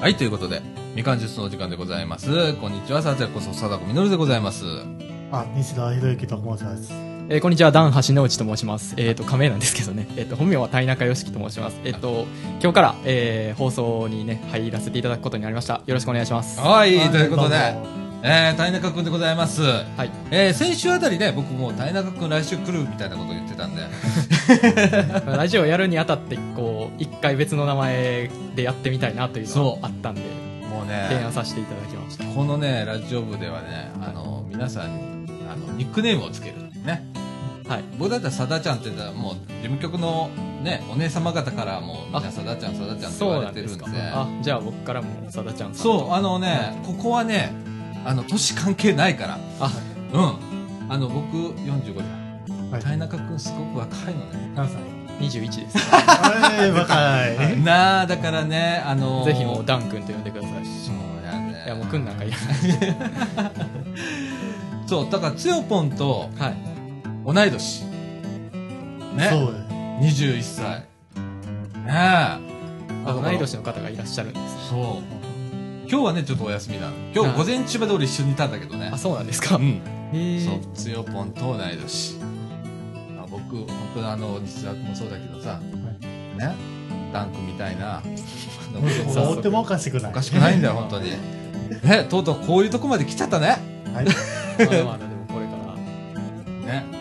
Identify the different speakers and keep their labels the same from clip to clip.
Speaker 1: はい、ということで、みかんジュースのお時間でございます。こんにちは、さてこそ、貞子みのるでございます。
Speaker 2: あ、西田ひろゆきと申します。
Speaker 3: えーこんにちは、ダン橋之内と申します。えっ、と、仮名なんですけどね。えっ、と、本名は谷中良樹と申します。えっ、と、今日から、えー放送にね、入らせていただくことになりました。よろしくお願いします。は
Speaker 1: はい、
Speaker 2: はい
Speaker 1: ということで
Speaker 2: ど、
Speaker 1: えー、谷中くんでございます。
Speaker 3: い。
Speaker 1: えー、先週あたりね、僕もう谷中くん来週来るみたいなこと言ってたんで、
Speaker 3: ラジオやるにあたって、こう、一回別の名前でやってみたいなというのがあったんで、
Speaker 1: もう
Speaker 3: 提案
Speaker 1: ね、
Speaker 3: させていただきました。
Speaker 1: このね、ラジオ部ではね、あの、皆さんに、あの、ニックネームをつける。ね。
Speaker 3: はい。
Speaker 1: 僕だったら、さだちゃんって言ったら、もう、事務局のね、お姉様方からもう、みんな
Speaker 3: あ
Speaker 1: さだちゃん、さだちゃんって言
Speaker 3: そう
Speaker 1: わ
Speaker 3: な
Speaker 1: れて
Speaker 3: んで
Speaker 1: るん
Speaker 3: す
Speaker 1: で
Speaker 3: か。。あ、じゃあ僕からも、さだちゃんさん
Speaker 1: そう、
Speaker 3: あ
Speaker 1: あのね、ここはね、あの、年関係ないから。
Speaker 3: あ、
Speaker 1: うん。あの、僕、45じゃん。
Speaker 2: はい。
Speaker 1: 谷中くんすごく若いのね。
Speaker 2: 何歳
Speaker 3: 21です。
Speaker 2: はい、若い。
Speaker 1: なあ、だからね、あのー
Speaker 3: ぜひもう、ダン君と呼んでください。い
Speaker 1: そうやね。
Speaker 3: や、もう君なんかいらない。
Speaker 1: そう、だから、つよぽんと
Speaker 3: はい。
Speaker 1: 同い年。
Speaker 2: そ
Speaker 1: ね。
Speaker 2: うです。
Speaker 1: 21歳。ねえ。
Speaker 3: あ同い年の方がいらっしゃるんです。
Speaker 1: そう。今日はね、ちょっとお休みなの。今日午前中まで俺一緒にいたんだけどね
Speaker 3: あ、。そうなんです
Speaker 1: う
Speaker 3: か。
Speaker 1: ん。
Speaker 3: へー
Speaker 1: そう、つよぽんと同い年。あ僕、本当にあの、西田君もそうだけどさ、ね、ダンクみたい な、あの
Speaker 2: もう
Speaker 3: そう
Speaker 2: 追ってもおかしくない。
Speaker 1: おかしくないんだよ、本当に。ね、とうとうこういうとこまで来ちゃったね。
Speaker 2: はい。
Speaker 3: まだまだでもこれから。
Speaker 1: ね。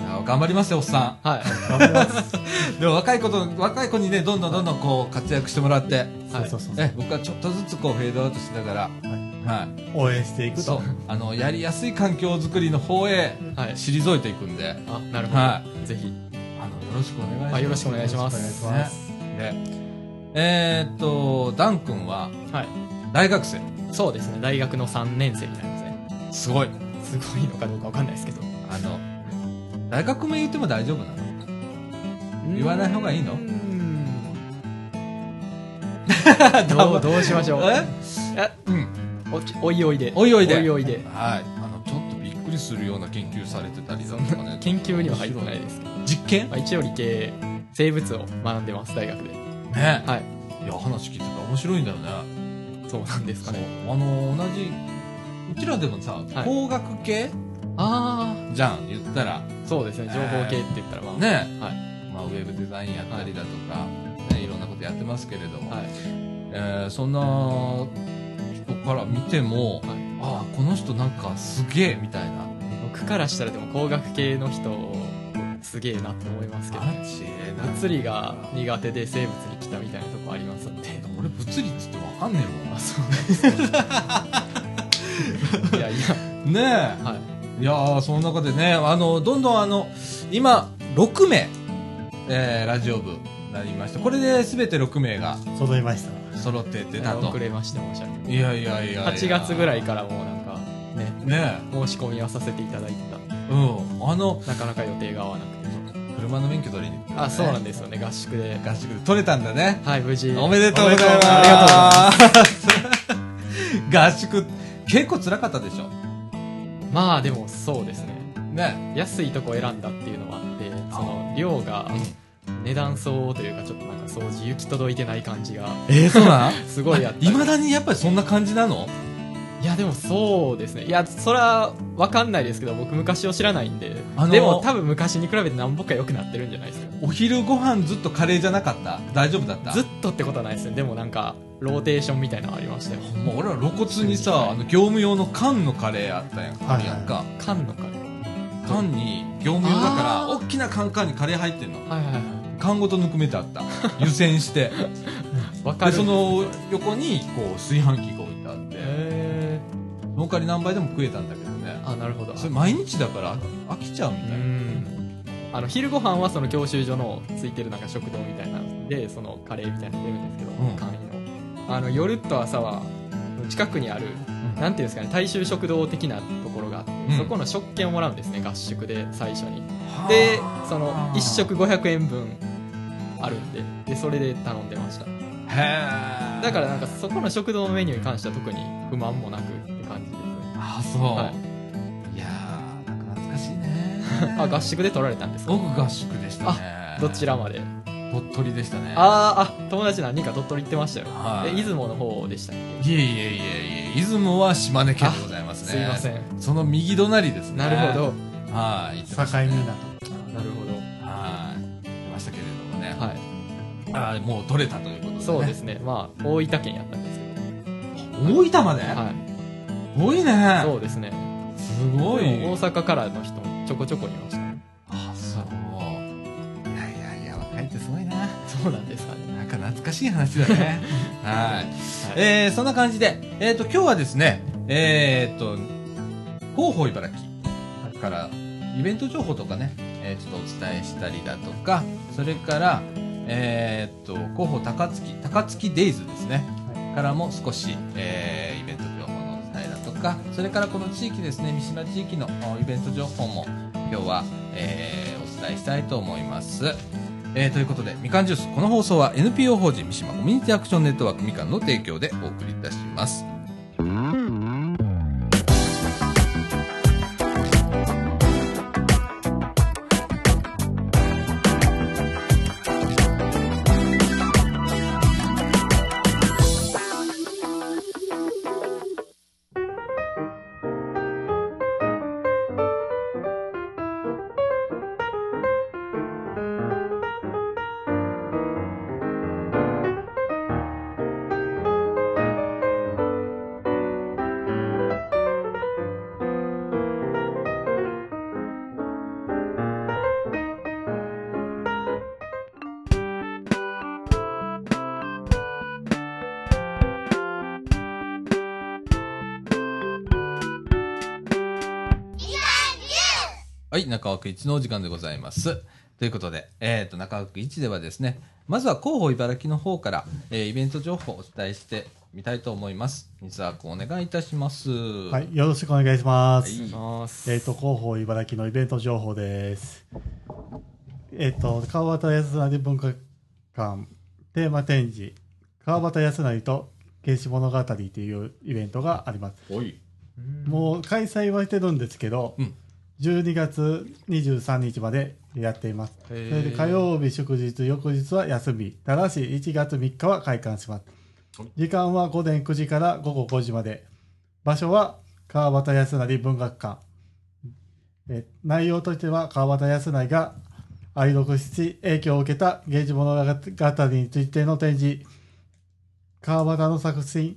Speaker 1: あ頑張りますよ、おっさ
Speaker 3: はい。
Speaker 2: 頑張ります。
Speaker 1: ん。でも若い子と、若い子にね、どんどんどんどんこう活躍してもらって、
Speaker 3: はい
Speaker 2: そうそうそう。
Speaker 1: ね、僕はちょっとずつこうフェードアウトしながら、はい。
Speaker 2: 応援していく
Speaker 1: そう。、
Speaker 2: と
Speaker 1: あの、やりやすい環境づくりの方へ、
Speaker 3: はい。
Speaker 1: 退いていくんで、
Speaker 3: あ、なるほど。
Speaker 1: は
Speaker 3: ぜひ。
Speaker 1: あの、よろしくお願いします。
Speaker 3: あ、よろしくお願いします。
Speaker 2: よろしくお願いし
Speaker 1: ね。で、えーっと、ダン君は
Speaker 3: はい。
Speaker 1: 大学生。
Speaker 3: そうですね。大学の3年生になりますね。
Speaker 1: すごい。
Speaker 3: すごいのかどうかわかんないですけど。
Speaker 1: あの、大学名言っても大丈夫なの言わない方がいいの
Speaker 3: うーんどう、どうしましょう。え
Speaker 1: うん。
Speaker 3: おちおいおいで。
Speaker 1: おいおいで
Speaker 3: おいおいで。
Speaker 1: はい。あの、ちょっとびっくりするような研究されてたりだとかね。
Speaker 3: 研究には入ってないですけど。
Speaker 1: 実験
Speaker 3: まあ、一応理系、生物を学んでます、大学で。
Speaker 1: ね。
Speaker 3: はい。
Speaker 1: いや、話聞いてたら面白いんだよね。
Speaker 3: そうなんですかね。
Speaker 1: あの、同じ、うちらでもさ、
Speaker 3: い
Speaker 1: 工学系
Speaker 3: あ
Speaker 1: じゃん、言ったら。
Speaker 3: あ、そうですね。情報系って言ったらまあ。。
Speaker 1: ね。
Speaker 3: はい。
Speaker 1: まあ、ウェブデザインやったりだとか、ね、いろんなことやってますけれども。
Speaker 3: はい。
Speaker 1: えーそんな人から見ても、
Speaker 3: はい
Speaker 1: ああこの人なんかすげえみたいな
Speaker 3: 僕からしたらでも工学系の人すげえなと思いますけどね
Speaker 1: ジ
Speaker 3: 物理が苦手で生物に来たみたいなとこあります んで
Speaker 1: 俺物理っつってわかんね
Speaker 3: あそうなんですかいやい
Speaker 1: えもんね
Speaker 3: やはい
Speaker 1: えいやーその中でねあのどんどんあの今6名、えーラジオ部になりましたこれで全て6名が
Speaker 2: 揃いました。
Speaker 1: 揃って出たと
Speaker 3: 遅れまして申し訳ない
Speaker 1: いやいやいやいや
Speaker 3: 8月ぐら
Speaker 1: い
Speaker 3: いからもうなんかね
Speaker 1: ね
Speaker 3: 申し込みはさせていただいて
Speaker 1: えうんあの
Speaker 3: たなかなか予定が合わなくて
Speaker 1: 車の免許取りに行ったね
Speaker 3: あそうなんですよね合宿で
Speaker 1: 合宿で取れたんだね
Speaker 3: はい無事
Speaker 1: おめでとうございます。
Speaker 3: あ
Speaker 1: 合宿、結構辛かったでしょ。
Speaker 3: まあでもそうですね
Speaker 1: ね。
Speaker 3: 安いとこ選んだっていうのもあってその量が値段相応というかちょっとなんか掃除行き届いてない感じが
Speaker 1: えー、そうなん
Speaker 3: すごいあった
Speaker 1: いまだにやっぱりそんな感じなの
Speaker 3: いやでもそうですねいやそれは分かんないですけど僕昔を知らないんで、
Speaker 1: あのー
Speaker 3: でも多分昔に比べて何ぼか良くなってるんじゃないですか
Speaker 1: お昼ご飯ずっとカレーじゃなかった大丈夫だった
Speaker 3: ずっとってことはないですねでもなんかローテーションみたいなのありましたよ
Speaker 1: ほんま俺は露骨にさ、あの、業務用の缶のカレーあったやんか。
Speaker 2: はいはい
Speaker 1: やんか
Speaker 3: 缶のカレー
Speaker 1: 缶に、業務用だから、
Speaker 3: あ
Speaker 1: 大きなカンカンにカレー入ってんの。
Speaker 3: はいはいは
Speaker 1: 缶ごとぬくめてあった。湯煎 して。
Speaker 3: い分か
Speaker 1: で、
Speaker 3: る
Speaker 1: その横に、こう、炊飯器が置いてあって、
Speaker 3: へ
Speaker 1: 儲かり何倍でも食えたんだけどね
Speaker 3: え。あなるほど
Speaker 1: それ毎日だから飽きちゃうみたいな。
Speaker 3: うんあの昼ご飯はその教習所のついてるなんか食堂みたいなのでそのカレーみたいなの出るんですけど、
Speaker 1: うん
Speaker 3: 簡易のあの夜と朝は近くにある、
Speaker 1: うん
Speaker 3: なんていうんですかね大衆食堂的なところがあって、
Speaker 1: ん
Speaker 3: そこの食券をもらうんですね合宿で最初に
Speaker 1: はあ
Speaker 3: でその1食500円分あるんででそれで頼んでました
Speaker 1: へえ
Speaker 3: だからなんかそこの食堂のメニューに関しては特に不満もなくって感じですね
Speaker 1: あそう、、
Speaker 3: はい
Speaker 1: やー なんか懐かしいね
Speaker 3: あ合宿で取られたんですか
Speaker 1: 僕合宿でしたね
Speaker 3: どちらまで
Speaker 1: 鳥取でしたね。
Speaker 3: あーあ友達何人か鳥取行ってましたよ、
Speaker 1: はい
Speaker 3: え出雲の方でしたっ
Speaker 1: いえいえいえいえ、出雲は島根県でございます
Speaker 3: け
Speaker 1: ね。
Speaker 3: すいません
Speaker 1: その右隣ですね。
Speaker 3: なるほど、
Speaker 1: ど。はい、行って
Speaker 2: 境
Speaker 1: ましたね、
Speaker 2: 港。
Speaker 3: なるほど
Speaker 1: はい、行ってましたけれどもね。
Speaker 3: はい
Speaker 1: ああ、もう取れたということで、ね。
Speaker 3: そうですねまあ大分県やったんですけ
Speaker 1: 大分まで、
Speaker 3: ど、はい、
Speaker 1: 多いね。
Speaker 3: そうですね
Speaker 1: すごい。
Speaker 3: でも大阪からの人もちょこちょこいましたね
Speaker 1: あ、そう。いやいやいや、若いってすごいな。
Speaker 3: そうなんですかね
Speaker 1: なんか懐かしい話だ ね。はい。
Speaker 3: はい
Speaker 1: えー、そんな感じで、えっ、と、今日はですね、えっ、と、広報茨城から、イベント情報とかね、えーちょっとお伝えしたりだとか、それから、えっ、と、広報高槻、高槻デイズですね、からも少し、えーイベント情報のお伝えだとか、それからこの地域ですね、三島地域のおイベント情報も、今日は、えーお伝えしたいと思います。えーということで、みかんジュース、この放送は NPO 法人三島コミュニティアクションネットワークみかんの提供でお送りいたします。はい、中枠一のお時間でございます。ということで、えっ、と、中枠一ではですね、まずは広報茨城の方から、えーイベント情報をお伝えしてみたいと思います。西沢君、お願いいたします。
Speaker 2: は
Speaker 1: はい。
Speaker 2: い、よろしくお願いします。
Speaker 1: はい
Speaker 3: ます
Speaker 2: えっ、と、広報茨城のイベント情報です。えっ、と、川端康成文化館テーマ展示、川端康成と原始物語というイベントがあります。
Speaker 1: おい。
Speaker 2: もう開催はしてるんですけど、
Speaker 1: うん
Speaker 2: 12月23日までやっています。
Speaker 3: そ
Speaker 2: それで火曜日祝日、翌日は休み。ただし、1月3日は開館します
Speaker 1: はい。
Speaker 2: 時間は午前9時から午後5時まで。場所は川端康成文学館。え内容としては川端康成が愛読し影響を受けた源氏物語についての展示。川端の作品、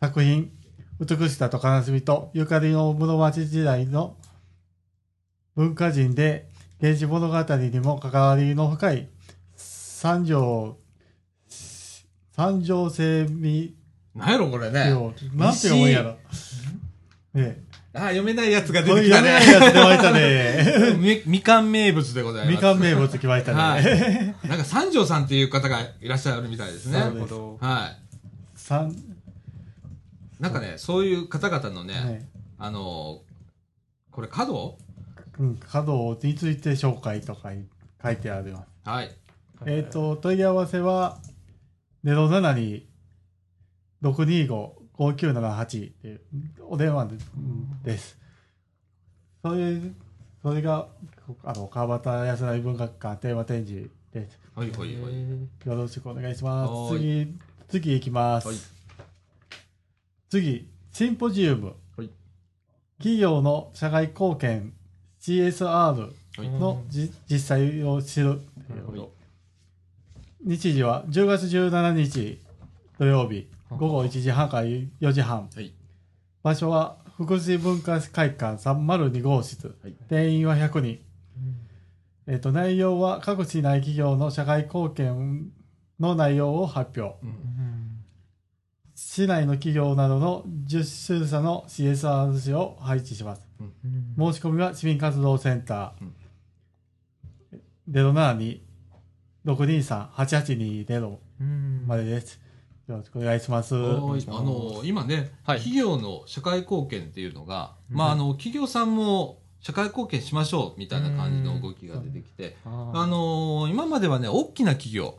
Speaker 2: 作品、美しさと悲しみとゆかりの室町時代の文化人で源氏物語にも関わりの深い三条三条生味
Speaker 1: なんやろ、これね。
Speaker 2: 料なんて読むんやろね
Speaker 1: あー、読めないやつが
Speaker 2: え
Speaker 1: 出
Speaker 2: こ
Speaker 1: て
Speaker 2: れ
Speaker 1: きた
Speaker 2: 読
Speaker 1: ね
Speaker 2: めない。やつ出ましたね
Speaker 1: みみかん名物でございます。
Speaker 2: みかん名物来ましたね、
Speaker 1: はなんか三条さんっていう方がいらっしゃるみたいですね。
Speaker 2: そ
Speaker 1: は
Speaker 2: う
Speaker 1: い
Speaker 2: で。
Speaker 3: なるほど
Speaker 2: 三
Speaker 1: なんかね、そういう方々のね、
Speaker 2: はい
Speaker 1: あのーこれ角
Speaker 2: うん華道について紹介とかい書いてあります
Speaker 1: はい。
Speaker 2: えっ、と、問い合わせは、072-625-5978っていうお電話でです。それ、それが、あの、川端康成文学館テーマ展示です。
Speaker 1: はいはいはい。
Speaker 2: よろしくお願いしま
Speaker 1: は
Speaker 2: す。
Speaker 1: ー
Speaker 2: 次、次行きます。
Speaker 1: はい
Speaker 2: 次、シンポジウム。
Speaker 1: はい
Speaker 2: 企業の社会貢献 CSR
Speaker 1: はい
Speaker 2: のじ、実際を知る。
Speaker 1: はい
Speaker 2: 日時は10月17日土曜日午後1時半から4時半、
Speaker 1: はい
Speaker 2: 場所は福祉文化会館302号室、
Speaker 1: はい
Speaker 2: 定員は100人、えっと内容は各市内企業の社会貢献の内容を発表市内の企業などの10種社の CSR 誌を配置します申し込みは市民活動センター、072-623-8820までです。よろしくお願いします。
Speaker 1: はーいあのー今ね、
Speaker 3: はい
Speaker 1: 企業の社会貢献っていうのが、まああの企業さんも社会貢献しましょうみたいな感じの動きが出てきて、あのー今まではね、大きな企業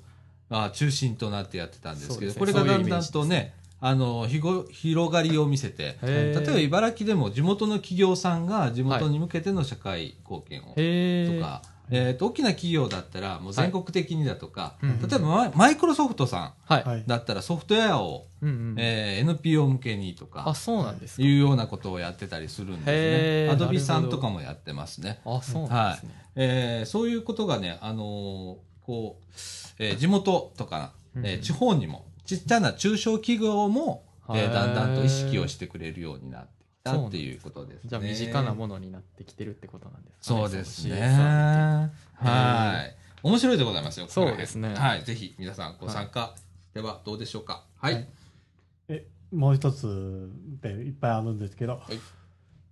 Speaker 1: が中心となってやってたんですけど、
Speaker 3: そう
Speaker 1: こ
Speaker 3: で
Speaker 1: れ
Speaker 3: すね
Speaker 1: がだんだんとね、あのひご広がりを見せて、
Speaker 3: へ
Speaker 1: 例
Speaker 3: ー
Speaker 1: えば茨城でも地元の企業さんが地元に向けての社会貢献を
Speaker 3: へ
Speaker 1: とか、えー、と大きな企業だったらもう全国的にだとか、
Speaker 3: はいうんうん
Speaker 1: 例えばマイマイクロソフトさ
Speaker 3: はい、
Speaker 2: はい
Speaker 1: んだったらソフトウェアを、
Speaker 3: うんうん
Speaker 1: えー NPO 向けにと
Speaker 3: あ
Speaker 1: か
Speaker 3: そうなんですか
Speaker 1: いうようなことをやってたりするんです
Speaker 3: へ
Speaker 1: ね。
Speaker 3: ー
Speaker 1: アドビさ
Speaker 3: な
Speaker 1: ん
Speaker 3: るほ
Speaker 1: と
Speaker 3: ど
Speaker 1: かもやってますね。
Speaker 3: あそうなんですね、
Speaker 1: えーそういうことがね、あのーこう、えー地元とか、
Speaker 3: うん
Speaker 1: え
Speaker 3: う
Speaker 1: ー
Speaker 3: ん
Speaker 1: 地方にも、ちっちゃな中小企業も、えー
Speaker 3: へー
Speaker 1: だんだんと意識をしてくれるようになってきたっていうことですね。
Speaker 3: じゃあ身近なものになってきてるってことなんですかね
Speaker 1: そうですね。
Speaker 3: その CSR って
Speaker 1: は
Speaker 3: て
Speaker 1: い。面白いでございますよ。
Speaker 3: そうですね
Speaker 1: ここら辺はい。ぜひ皆さんご参加ではどうでしょうか。はい。
Speaker 2: はいえもう一つでいっぱいあるんですけど、
Speaker 1: い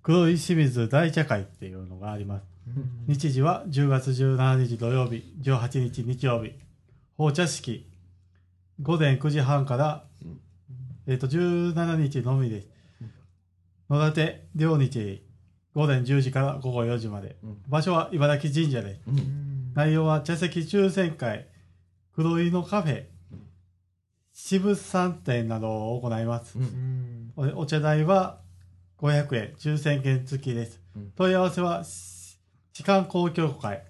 Speaker 2: 黒い清水大茶会っていうのがあります日時は10月17日土曜日18日日曜日放茶式午前9時半から、
Speaker 1: うん
Speaker 2: えっと17日のみです野立て両日午前10時から午後4時まで、
Speaker 1: うん
Speaker 2: 場所は茨城神社です
Speaker 1: うん
Speaker 2: 内容は茶席抽選会、黒いのカフェ、私物産展などを行います。
Speaker 1: うん
Speaker 3: うん
Speaker 2: おお茶代は500円、抽選券付きです。
Speaker 1: うん
Speaker 2: 問い合わせは、し士官公協会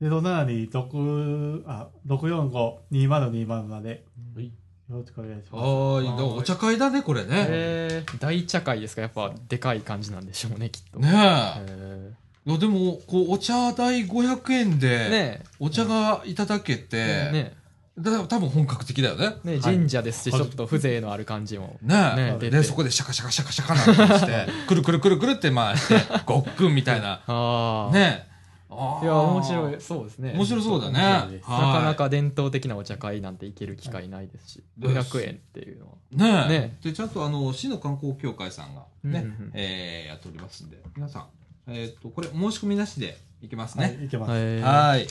Speaker 1: うん、
Speaker 2: で0726あ645-2020まで、
Speaker 1: うん
Speaker 2: よろしくお願いしま
Speaker 1: は
Speaker 2: す。
Speaker 1: ーい。でもお茶会だね、これね。
Speaker 3: へー大茶会ですかやっぱでかい感じなんでしょうねきっと
Speaker 1: ね
Speaker 3: へ
Speaker 1: え。
Speaker 3: ー
Speaker 1: いや、でも、こう、お茶代500円で、
Speaker 3: ね
Speaker 1: お茶がいただけ
Speaker 3: え
Speaker 1: て、
Speaker 3: ね
Speaker 1: だから多分本格的だよね。
Speaker 3: えねえ
Speaker 2: はい
Speaker 3: 神社ですしちょっと風情のある感じも
Speaker 1: ね
Speaker 3: ね
Speaker 1: え。
Speaker 3: え
Speaker 1: で、
Speaker 3: 出て
Speaker 1: そこでシャカシャカシャカシャカなんか して、くるくるくるくるって回して、ごっくんみたいな。
Speaker 3: ああ
Speaker 1: ねえ。あー
Speaker 3: いや面白い。そうですね
Speaker 1: 面白そうだね。
Speaker 2: 面白いです
Speaker 1: はい
Speaker 3: なかなか伝統的なお茶会なんて行ける機会ないですし
Speaker 1: はい
Speaker 3: 500円っていうのは
Speaker 1: ねえ
Speaker 3: ね
Speaker 1: でちゃんとあの市の観光協会さんがね、
Speaker 3: うんうんうん
Speaker 1: えーやっておりますんで皆さん、えー、とこれ申し込みなしでいけます
Speaker 2: はい
Speaker 1: ね、
Speaker 2: いけます。
Speaker 3: へー
Speaker 1: はい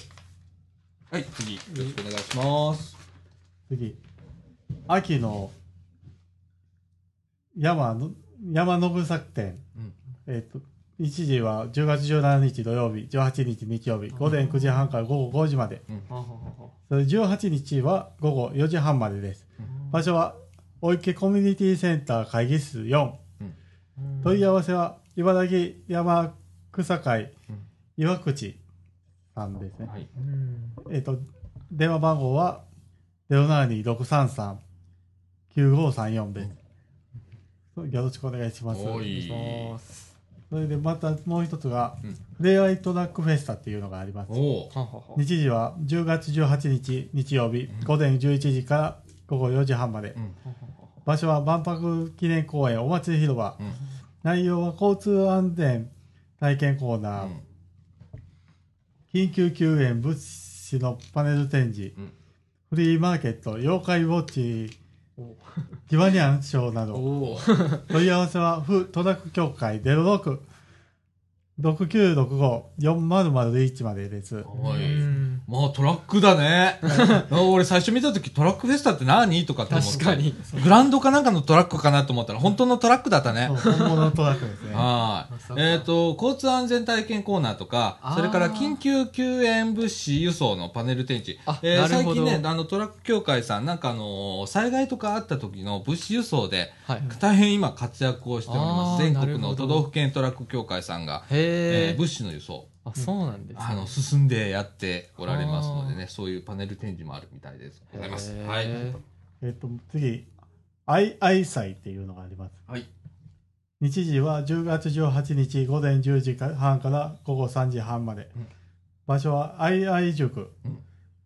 Speaker 1: はい次よろしくお願いします
Speaker 2: 次秋の山の山のぶ作店、
Speaker 1: うん
Speaker 2: えっと日時は10月17日土曜日18日日曜日午前9時半から午後5時までそれ18日は午後4時半までです場所はお池コミュニティセンター会議室4、問い合わせは茨城山草会
Speaker 1: うん
Speaker 2: 岩口さんですね
Speaker 1: はい
Speaker 2: えっ、と、電話番号は072-633-9534です。よろしくお願いします。
Speaker 1: おい
Speaker 3: あー
Speaker 2: それでまたもう一つが、
Speaker 1: うん
Speaker 2: ふれあいトラックフェスタっていうのがあります
Speaker 1: お。お
Speaker 3: ははは
Speaker 2: 日時は10月18日日曜日午前11時から午後4時半まで。
Speaker 1: うん
Speaker 2: 場所は万博記念公園お祭り広場。
Speaker 1: うん
Speaker 2: 内容は交通安全体験コーナー、
Speaker 1: う
Speaker 2: 緊急救援物資のパネル展示、
Speaker 1: うん
Speaker 2: フリーマーケット妖怪ウォッチティワニャンショーなど
Speaker 1: おお
Speaker 2: 問い合わせは府トラック協会06 6965-4001までです。
Speaker 1: は
Speaker 3: う
Speaker 1: い
Speaker 3: ん
Speaker 1: まあトラックだ ね俺最初見た時トラックフェスタって何とかって思った
Speaker 3: 確かに
Speaker 1: グランドかなんかのトラックかなと思ったら本当のトラックだったね
Speaker 2: そう本物のトラックですね。
Speaker 1: はい
Speaker 3: そう。か
Speaker 1: えっ、と、交通安全体験コーナーとか
Speaker 3: あ、ー
Speaker 1: それから緊急救援物資輸送のパネル展示
Speaker 3: あ。
Speaker 1: えー
Speaker 3: なる
Speaker 1: 最
Speaker 3: ほ
Speaker 1: 近
Speaker 3: ど
Speaker 1: ね、あの、トラック協会さん、なんかあのー災害とかあった時の物資輸送で、
Speaker 3: はい
Speaker 1: 大変今活躍をしております。
Speaker 3: あー
Speaker 1: 全国の
Speaker 3: なる
Speaker 1: 都
Speaker 3: ほど
Speaker 1: 道府県トラック協会さんが、え
Speaker 3: へ
Speaker 1: ー
Speaker 3: え
Speaker 1: 物資の輸送、
Speaker 3: あそうなんですね
Speaker 1: あの、進んでやっておられますのでね、そういうパネル展示もあるみたいです。ございます。
Speaker 3: へー
Speaker 1: はい。
Speaker 2: えっと、次、アイアイ祭っていうのがあります。
Speaker 1: はい。
Speaker 2: 日時は10月18日午前10時半から午後3時半まで、
Speaker 1: うん
Speaker 2: 場所はあいあい塾
Speaker 1: うん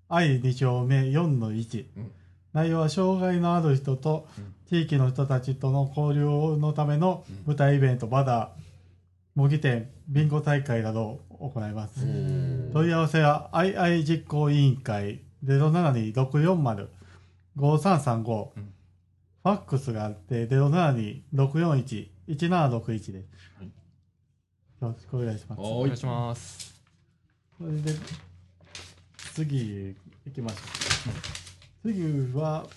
Speaker 2: あい2丁目4の1、
Speaker 1: うん
Speaker 2: 内容は障害のある人と
Speaker 1: うん
Speaker 2: 地域の人たちとの交流のための舞台イベント、バダー模擬店ビンゴ大会などを行います、問い合わせは II 実行委員会0726405335、
Speaker 1: うん
Speaker 2: ファックスがあって0726411761です、
Speaker 1: はい
Speaker 2: よろしくお願いします
Speaker 1: お
Speaker 3: お
Speaker 1: ー
Speaker 3: 願
Speaker 1: い
Speaker 3: いします
Speaker 2: それで次行きましょう次は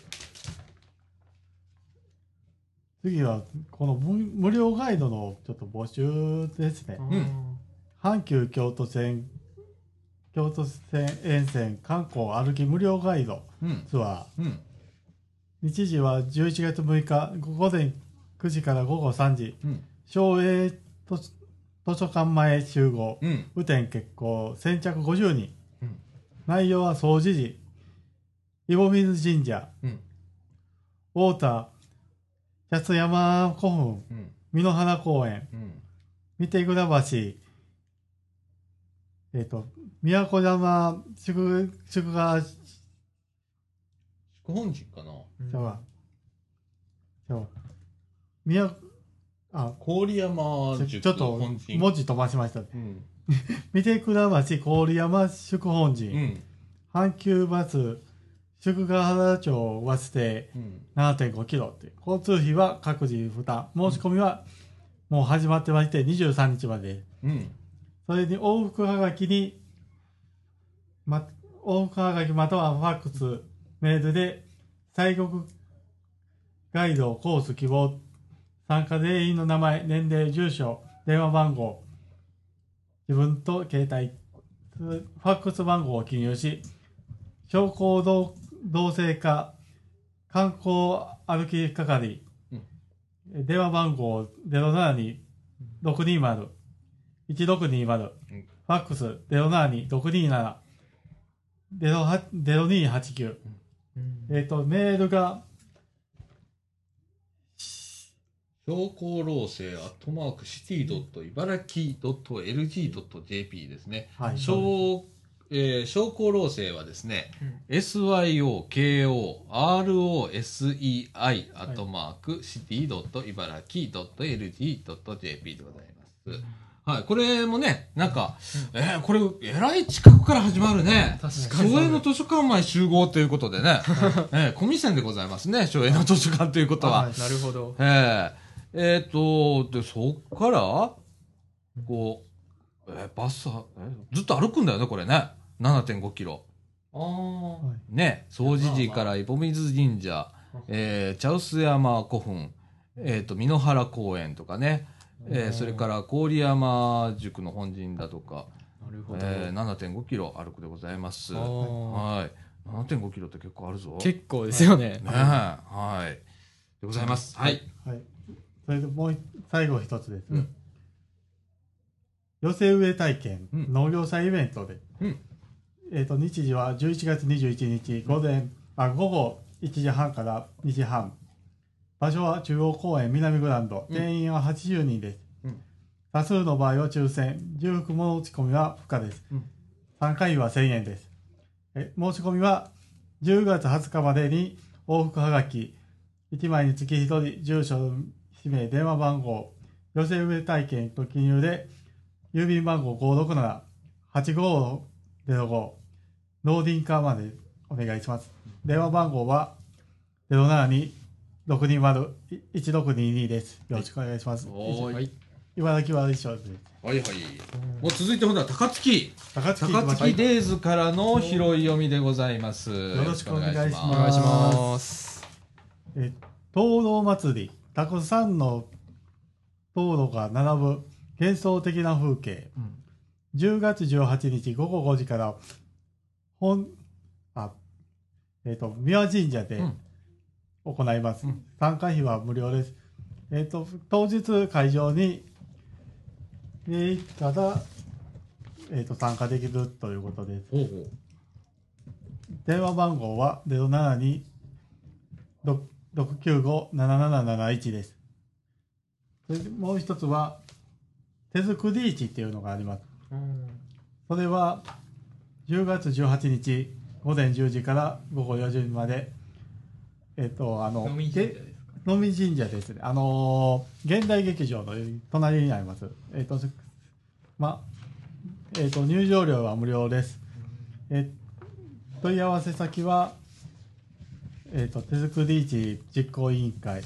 Speaker 2: 次はこの無無料ガイドのちょっと募集ですね、
Speaker 1: ん
Speaker 2: 阪急京都線京都線沿線観光歩き無料ガイド
Speaker 1: うん。
Speaker 2: ツア
Speaker 1: う
Speaker 2: ー
Speaker 1: ん。
Speaker 2: 日時は11月6日午前9時から午後3時、
Speaker 1: うん
Speaker 2: 省営図図書館前集合、
Speaker 1: うん。
Speaker 2: 雨天決行、先着50人、
Speaker 1: うん
Speaker 2: 内容は総持寺、イボミズ神社、
Speaker 1: うん。
Speaker 2: ウォーター、八つ山古墳、
Speaker 1: うん。
Speaker 2: 美濃花公園、
Speaker 1: うん。
Speaker 2: 見てくだ橋、えっ、と、宮古山宿、宿川、
Speaker 1: 祝本陣かな
Speaker 2: じゃあ、じゃあ、宮、あ、
Speaker 1: 郡山
Speaker 2: ちょ
Speaker 1: 塾
Speaker 2: ちょっと
Speaker 1: 本陣。
Speaker 2: 文字飛ばしました。
Speaker 1: うん。
Speaker 2: 見てくだ橋、郡山宿本
Speaker 1: う
Speaker 2: 陣、
Speaker 1: ん。
Speaker 2: 阪急バス、宿川原町和捨て
Speaker 1: うん。
Speaker 2: 7.5キロっていう交通費は各自負担。申し込みはもう始まってまして23日まで。
Speaker 1: うん。
Speaker 2: それに往復はがきに、ま、往復はがきまたはファックス、メールで、西国ガイドコース希望、参加全員の名前、年齢、住所、電話番号、自分と携帯、ファックス番号を記入し、商工同同性化、観光歩き係、
Speaker 1: うん
Speaker 2: 電話番号072-620、1620、
Speaker 1: うん
Speaker 2: ファックス072-627、08 0289、えっ、と、メールが、
Speaker 1: 商工労政アットマークシティドット茨城ドット LG ドット JP ですね。
Speaker 2: はい、
Speaker 1: 商、えー商工労政はですね、SYOKOROSEI アットマークシティドット茨城ドット LG ドット JP でございます。はい、これもね、なんか、えーこれ、えらい近くから始まるね。
Speaker 4: 確かに
Speaker 1: 省営の図書館前集合ということでね、えー、コミセンでございますね、省営の図書館ということは。
Speaker 2: はい
Speaker 4: なるほど。
Speaker 1: えええー、と、で、そっから、こう、えーバスは、えーずっと歩くんだよね、これね。7.5キロ。
Speaker 4: ああ。
Speaker 2: はい
Speaker 1: ね、総持寺からイボミズ神社、えー、茶臼山古墳、えー、と、美濃原公園とかね、えーそれから郡山塾の本陣だとか、
Speaker 4: なるほど。
Speaker 1: えー、7.5キロ歩くでございます。は
Speaker 4: あ
Speaker 1: い。7.5キロって結構あるぞ。ね
Speaker 3: 結構ですよね。
Speaker 1: え、はい。でございます。はい。
Speaker 2: はい。それでもう一最後一つです。
Speaker 1: うん
Speaker 2: 寄せ植え体験、
Speaker 1: うん
Speaker 2: 農業祭イベントで。
Speaker 1: うん
Speaker 2: えっ、と、日時は11月21日午前、あ、午後1時半から2時半。場所は中央公園南グランド。
Speaker 1: うん
Speaker 2: 定員は80人です。
Speaker 1: うん
Speaker 2: 多数の場合は抽選、重複持ち込みは不可です。
Speaker 1: うん
Speaker 2: 参加費は1000円です。え申し込みは10月20日までに往復はがき、1枚につき1人、住所、氏名、電話番号、寄せ植え体験と記入で、郵便番号567-8505、農林課までお願いします。電話番号は072-620-1622です。よろしくお願いします。
Speaker 1: おーい。
Speaker 2: 茨城は一緒です。
Speaker 1: はいはい。もう続いてほら高槻。
Speaker 2: 高槻
Speaker 1: 高槻デイズからの拾い読みでございます。よ
Speaker 2: ろしくお願いします
Speaker 3: お願いします。
Speaker 2: え灯籠祭りたくさんの灯籠が並ぶ幻想的な風景、10月18日午後5時から本あえっ、と宮神社で
Speaker 1: うん
Speaker 2: 行います、
Speaker 1: うん
Speaker 2: 参加費は無料ですえっ、と当日会場に行ったら、えっと参加できるということです
Speaker 1: ほうほ
Speaker 2: 電話番号は072-695-7771です。それでもう一つは、手作り市っていうのがあります。それは、10月18日午前10時から午後4時まで、えっと、あの、
Speaker 4: 飲みに行って
Speaker 2: で飲み神社ですね。あのー現代劇場の隣にあります。えっと、ま、えっと、入場料は無料です。え問い合わせ先は、えっと、手作り市実行委員会。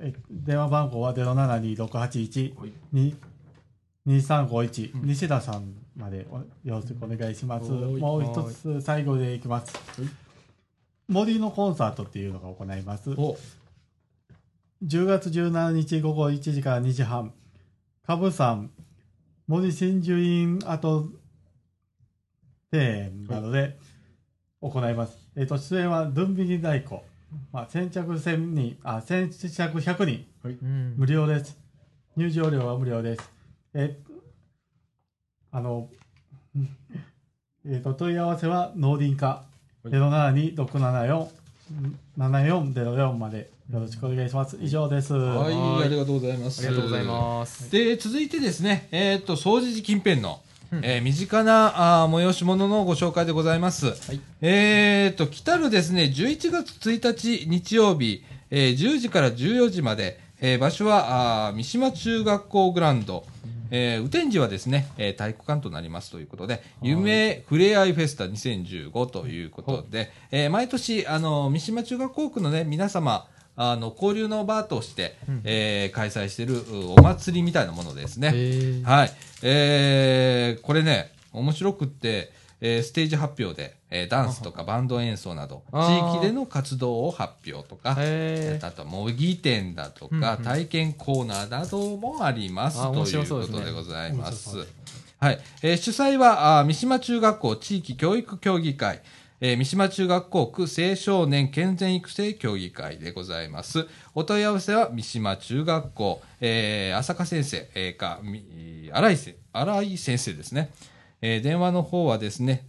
Speaker 2: え電話番号は072681
Speaker 1: はい
Speaker 2: に2351、
Speaker 1: うん
Speaker 2: 西田さんまでおよろしくお願いします。
Speaker 4: うん
Speaker 2: もう一つ最後でいきます。森のコンサートっていうのが行います
Speaker 1: う。。ほ
Speaker 2: 10月17日午後1時から2時半、株山森真珠院跡庭園などで行います。えっ、と、出演はドゥンビギ太鼓、まあ、先着1000人、あ、先着100人、
Speaker 4: うん
Speaker 2: 無料です。入場料は無料です。え、あの、うんえっ、と、問い合わせは農林課
Speaker 1: は
Speaker 2: 072-674-7404までよろしくお願いします。以上です。
Speaker 1: はい、
Speaker 3: はい
Speaker 1: ありがとうございます。
Speaker 3: ありがとうございます。
Speaker 1: で、続いてですね、えーっと、掃除時近辺の、えー身近なあー催し物のご紹介でございます。
Speaker 3: い
Speaker 1: えーっと、来たるですね、11月1日日曜日、えー10時から14時まで、えー場所はあー三島中学校グラウンド、えー、雨天時はですね、えー体育館となりますということで、夢ふれあいフェスタ2015ということで、えー毎年、あの、三島中学校区のね、皆様、あの、交流の場として、えー開催してるうお祭りみたいなものですね。
Speaker 3: え
Speaker 1: はい。えーこれね、面白くって、えーステージ発表で、えーダンスとかバンド演奏など、
Speaker 3: あー
Speaker 1: 地域での活動を発表とか、
Speaker 3: へー
Speaker 1: あとは模擬店だとか、
Speaker 3: うんうん
Speaker 1: 体験コーナーなどもあります
Speaker 3: あー
Speaker 1: と
Speaker 3: 面
Speaker 1: い
Speaker 3: 白
Speaker 1: う
Speaker 3: そう
Speaker 1: こ
Speaker 3: ですね
Speaker 1: とでございます
Speaker 2: 面白そう。
Speaker 1: はい。えー主催は、あー三島中学校地域教育協議会、えー三島中学校区青少年健全育成協議会でございます。お問い合わせは三島中学校、えー浅香先生、えーか、み荒井せ荒井先生ですね。えー電話の方はですね、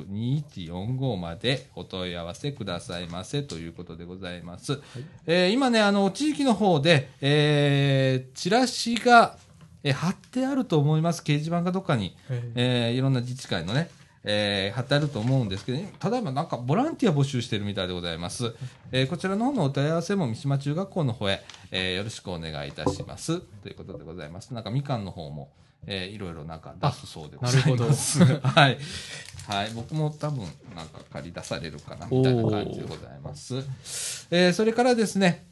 Speaker 1: 626-2145までお問い合わせくださいませということでございます。えー今ね、あの、地域の方で、えーチラシが、えー貼ってあると思います。掲示板かどっかに、えーいろんな自治会のね、えー貼ってあると思うんですけど、ただいまなんかボランティア募集してるみたいでございます。えーこちらの方のお問い合わせも三島中学校の方へ、えーよろしくお願いいたします。ということでございます。なんかみかんの方も、えーいろいろなんか出すそうでございます。なるほど。 はい。はい。僕も多分なんか借り出されるかなみたいな感じでございます。えーそれからですね、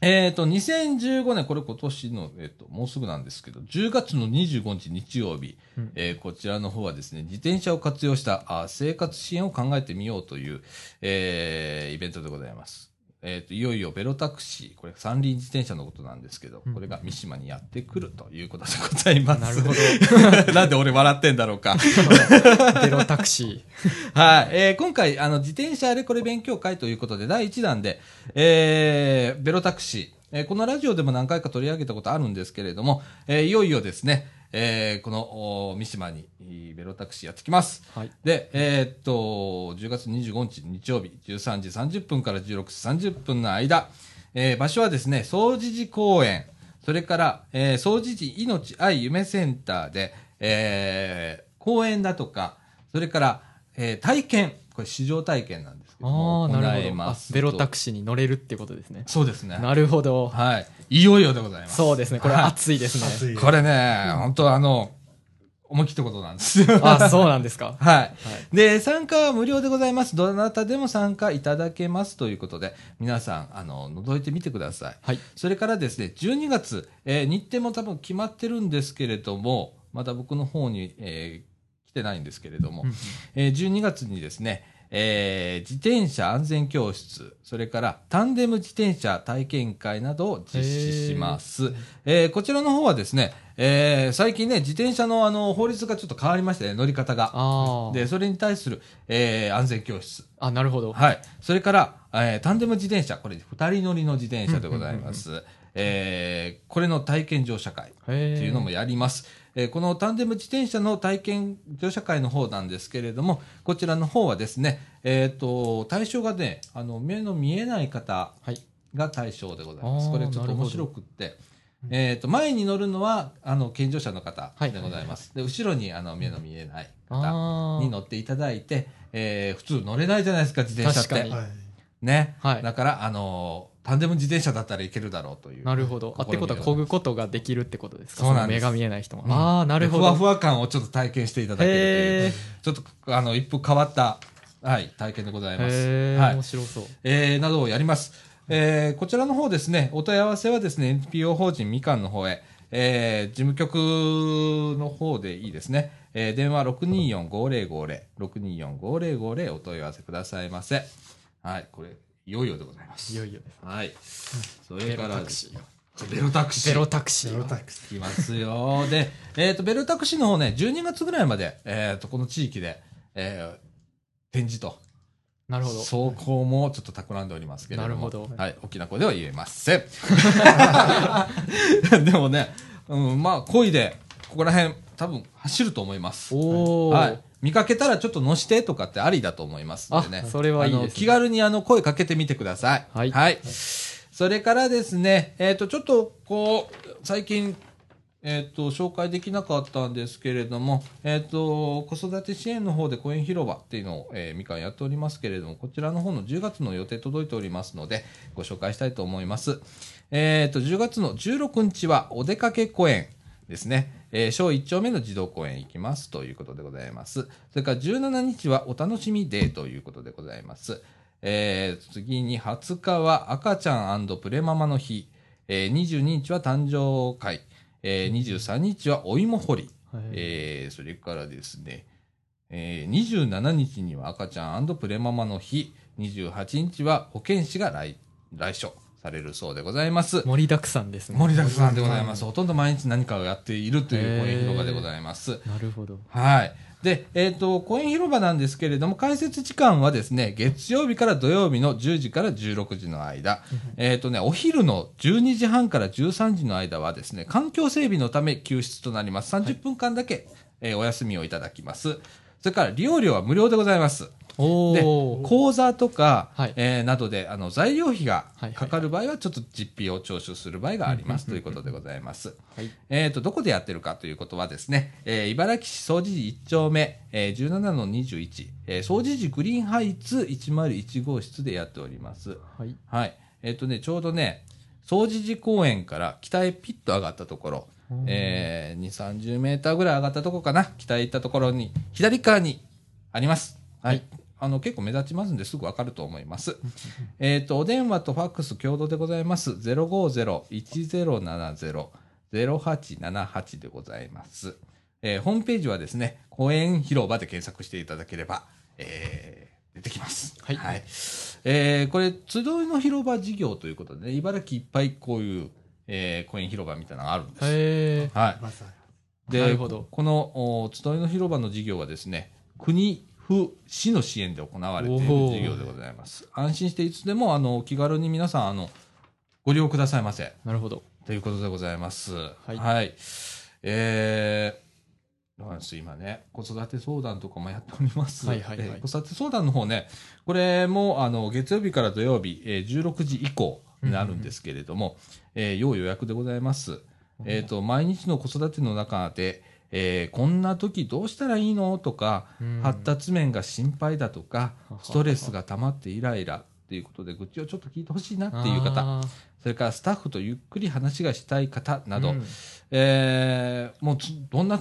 Speaker 1: えっ、と、2015年、これ今年の、えっ、と、もうすぐなんですけど、10月の25日日曜日、えーこちらの方はですね、自転車を活用したあー生活支援を考えてみようという、えーイベントでございます。えっ、と、いよいよベロタクシー、これ三輪自転車のことなんですけど、これが三島にやってくるということでございます。なるほど。 なんで俺笑ってんだろうか。
Speaker 3: ー、ゼロタクシ
Speaker 1: はい。えー今回、あの、自転車あれこれ勉強会ということで、第1弾で、えーベロタクシー。えーこのラジオでも何回か取り上げたことあるんですけれども、えーいよいよですね、えーこの、お三島に、えーベロタクシーやってきます。
Speaker 3: ー。はい。
Speaker 1: で、えーっと、10月25日日曜日、13時30分から16時30分の間、えー場所はですね、総除寺公園、それから、えー、総除寺命愛夢センターで、えー公園だとか、それから、えー体験、これ試乗体験なんですけど
Speaker 3: あ
Speaker 1: も、
Speaker 3: あ、なる
Speaker 1: 行
Speaker 3: ほ
Speaker 1: い
Speaker 3: ど。
Speaker 1: ま
Speaker 3: あ
Speaker 1: すと
Speaker 3: ベロタクシーに乗れるってことですね。
Speaker 1: そうですね。
Speaker 3: なるほど。
Speaker 1: はい。いよいよでございます。
Speaker 3: そうですね。これ
Speaker 1: はい
Speaker 3: 熱いですね。
Speaker 2: い
Speaker 1: これね、本当あの、思い切ったことなんですよ。
Speaker 3: あ、そうなんですか。
Speaker 1: はい。で、参加は無料でございます。どなたでも参加いただけますということで、皆さん、あの、覗いてみてください。
Speaker 3: はい。
Speaker 1: それからですね、12月、えー日程も多分決まってるんですけれども、まだ僕の方に、えー来てないんですけれども、えー12月にですね、えー自転車安全教室、それからタンデム自転車体験会などを実施します。えーこちらの方はですね、えー最近ね、自転車のあの法律がちょっと変わりましてね、乗り方が。
Speaker 3: ああ。
Speaker 1: で、それに対する、えー安全教室。
Speaker 3: あ、なるほど。
Speaker 1: はい。それから、えータンデム自転車。これ、二人乗りの自転車でございます。えーこれの体験乗車会って
Speaker 3: へー
Speaker 1: いうのもやります。えーこのタンデム自転車の体験乗車会の方なんですけれども、こちらの方はですね、えっ、と、対象がね、あの、目の見えない方
Speaker 3: はい。
Speaker 1: が対象でございます。
Speaker 3: あー
Speaker 1: これちょっと面白くって。えっ、と、前に乗るのは、あの、健常者の方でございます。で、後ろに、あの、目の見えない方
Speaker 3: あ
Speaker 1: に
Speaker 3: あ。
Speaker 1: 乗っていただいて、えー普通乗れないじゃないですか、自転車って。
Speaker 3: 確かに
Speaker 2: はい
Speaker 1: ね。
Speaker 3: はい
Speaker 1: だから、あのータンデム自転車だったらいけるだろうという。
Speaker 3: なるほど。あ、ってことは、
Speaker 1: 試み
Speaker 3: こ
Speaker 1: で
Speaker 3: ぐことができるってことですか
Speaker 1: そうなんです
Speaker 3: の目が見えない人も。
Speaker 1: うん
Speaker 3: ああ、なるほ
Speaker 1: ふわ
Speaker 3: ど。
Speaker 1: ふわ感をちょっと体験していただけるという
Speaker 3: へ。
Speaker 1: ちょっと、あの、一風変わった、はい、体験でござい
Speaker 3: え。
Speaker 1: ます。
Speaker 3: へ
Speaker 1: は
Speaker 3: え。
Speaker 1: い
Speaker 3: 面。白そう。
Speaker 1: えーなどをやります。えーこちらの方ですね、お問い合わせはですね、NPO 法人みかんの方へ、えー事務局の方でいいですね。えー電話624-5050、624-5050お問い合わせくださいませ。はい、これ、いよいよでございます。
Speaker 3: いよいよです。
Speaker 1: はい。そ
Speaker 3: ベ
Speaker 1: れか
Speaker 3: ロ
Speaker 1: ら
Speaker 3: タ
Speaker 1: で
Speaker 3: ク
Speaker 1: す
Speaker 3: シーが。
Speaker 1: ベロタクシー。
Speaker 3: ベロタクシー
Speaker 2: ゼロ
Speaker 3: が。
Speaker 2: タクシ
Speaker 1: いきますよ。 で、えっ、と、ベルタクシーの方ね、12月ぐらいまで、えっ、と、この地域で、えー展示と
Speaker 3: なるほど。
Speaker 1: そこもちょっと企んでおりますけれども。
Speaker 3: なるほど
Speaker 1: はい。大きな声では言えませ ん。でもね、うん、まあ、恋で、ここら辺、多分走ると思います。
Speaker 3: おお、
Speaker 1: はい。見かけたらちょっとのしてとかってありだと思いますんでね。
Speaker 3: あそれはいいですね
Speaker 1: あの気軽にあの声かけてみてください。
Speaker 3: はい
Speaker 1: それからですね、えっ、と、ちょっとこう、最近、えっ、と、紹介できなかったんですけれども、えっ、と、子育て支援の方で公園広場っていうのを、えーみかんやっておりますけれども、こちらの方の10月の予定届いておりますので、ご紹介したいと思います。えっ、と、10月の16日はお出かけ公園。ですね。えー小1丁目の児童公園行きますということでございます。それから17日はお楽しみデーということでございます。えー次に20日は赤ちゃんプレママの日。えー22日は誕生会。えー23日はお芋掘り。えーそれからですね、えー27日には赤ちゃんプレママの日。28日は保健師が来、来所されるそうでございます。
Speaker 3: 盛りだくさんですね。
Speaker 1: 盛りだくさんでございます。ほとんど毎日何かをやっているという公園広場でございます。
Speaker 3: なるほど。
Speaker 1: はい。で、えっ、と、公園広場なんですけれども、開設時間はですね、月曜日から土曜日の10時から16時の間、えっとね、お昼の12時半から13時の間はですね、環境整備のため休室となります。30分間だけ、えーお休みをいただきます。それから利用料は無料でございます。
Speaker 3: お
Speaker 1: で
Speaker 3: お、
Speaker 1: 講座とか、
Speaker 3: はい
Speaker 1: えーなどであの材料費が
Speaker 3: はいはい
Speaker 1: かかる場合はちょっと実費を徴収する場合がありますということでございます。
Speaker 3: はい
Speaker 1: えー、とどこでやってるかということはですね、えー茨城市総持寺1丁目、えー、17の21、えー、総持寺グリーンハイツ101号室でやっております。
Speaker 3: はい。
Speaker 1: はい。えっ、とね、ちょうどね、総持寺公園から北へピッと上がったところ、えー、2、30メーターぐらい上がったところかな、北へ行ったところに、左側にあります。はい。あの、結構目立ちますんで、すぐわかると思います。えっと、お電話とファックス共同でございます。050-1070-0878でございます。えーホームページはですね、公園広場で検索していただければ、えー出てきます。
Speaker 3: はい
Speaker 1: えーこれ、集いの広場事業ということで、ね、茨城いっぱいこういう、えー公園広場みたいなのがあるんです。
Speaker 3: へえ。
Speaker 1: はい。
Speaker 2: まさに
Speaker 1: で、
Speaker 3: なるほど
Speaker 1: この、お集いの広場の事業はですね、国、府、市の支援で行われている
Speaker 3: おー
Speaker 1: 事業でございます。安心していつでも、あの、お気軽に皆さん、あの、ご利用くださいませ。
Speaker 3: なるほど。
Speaker 1: ということでございます。はいえー、ロハンス今ね、子育て相談とかもやっております。
Speaker 3: はいはいはい
Speaker 1: えー子育て相談の方ね、これも、あの、月曜日から土曜日、えー16時以降になるんですけれども、えー要予約でございます。えっ、と、毎日の子育ての中で、えーこんな時どうしたらいいのとか、
Speaker 3: うん
Speaker 1: 発達面が心配だとか
Speaker 3: はは、
Speaker 1: ストレスが溜まってイライラっていうことで愚痴をちょっと聞いてほしいなっていう方、
Speaker 3: あー。
Speaker 1: それからスタッフとゆっくり話がしたい方など、
Speaker 3: うん
Speaker 1: えーもうつどんな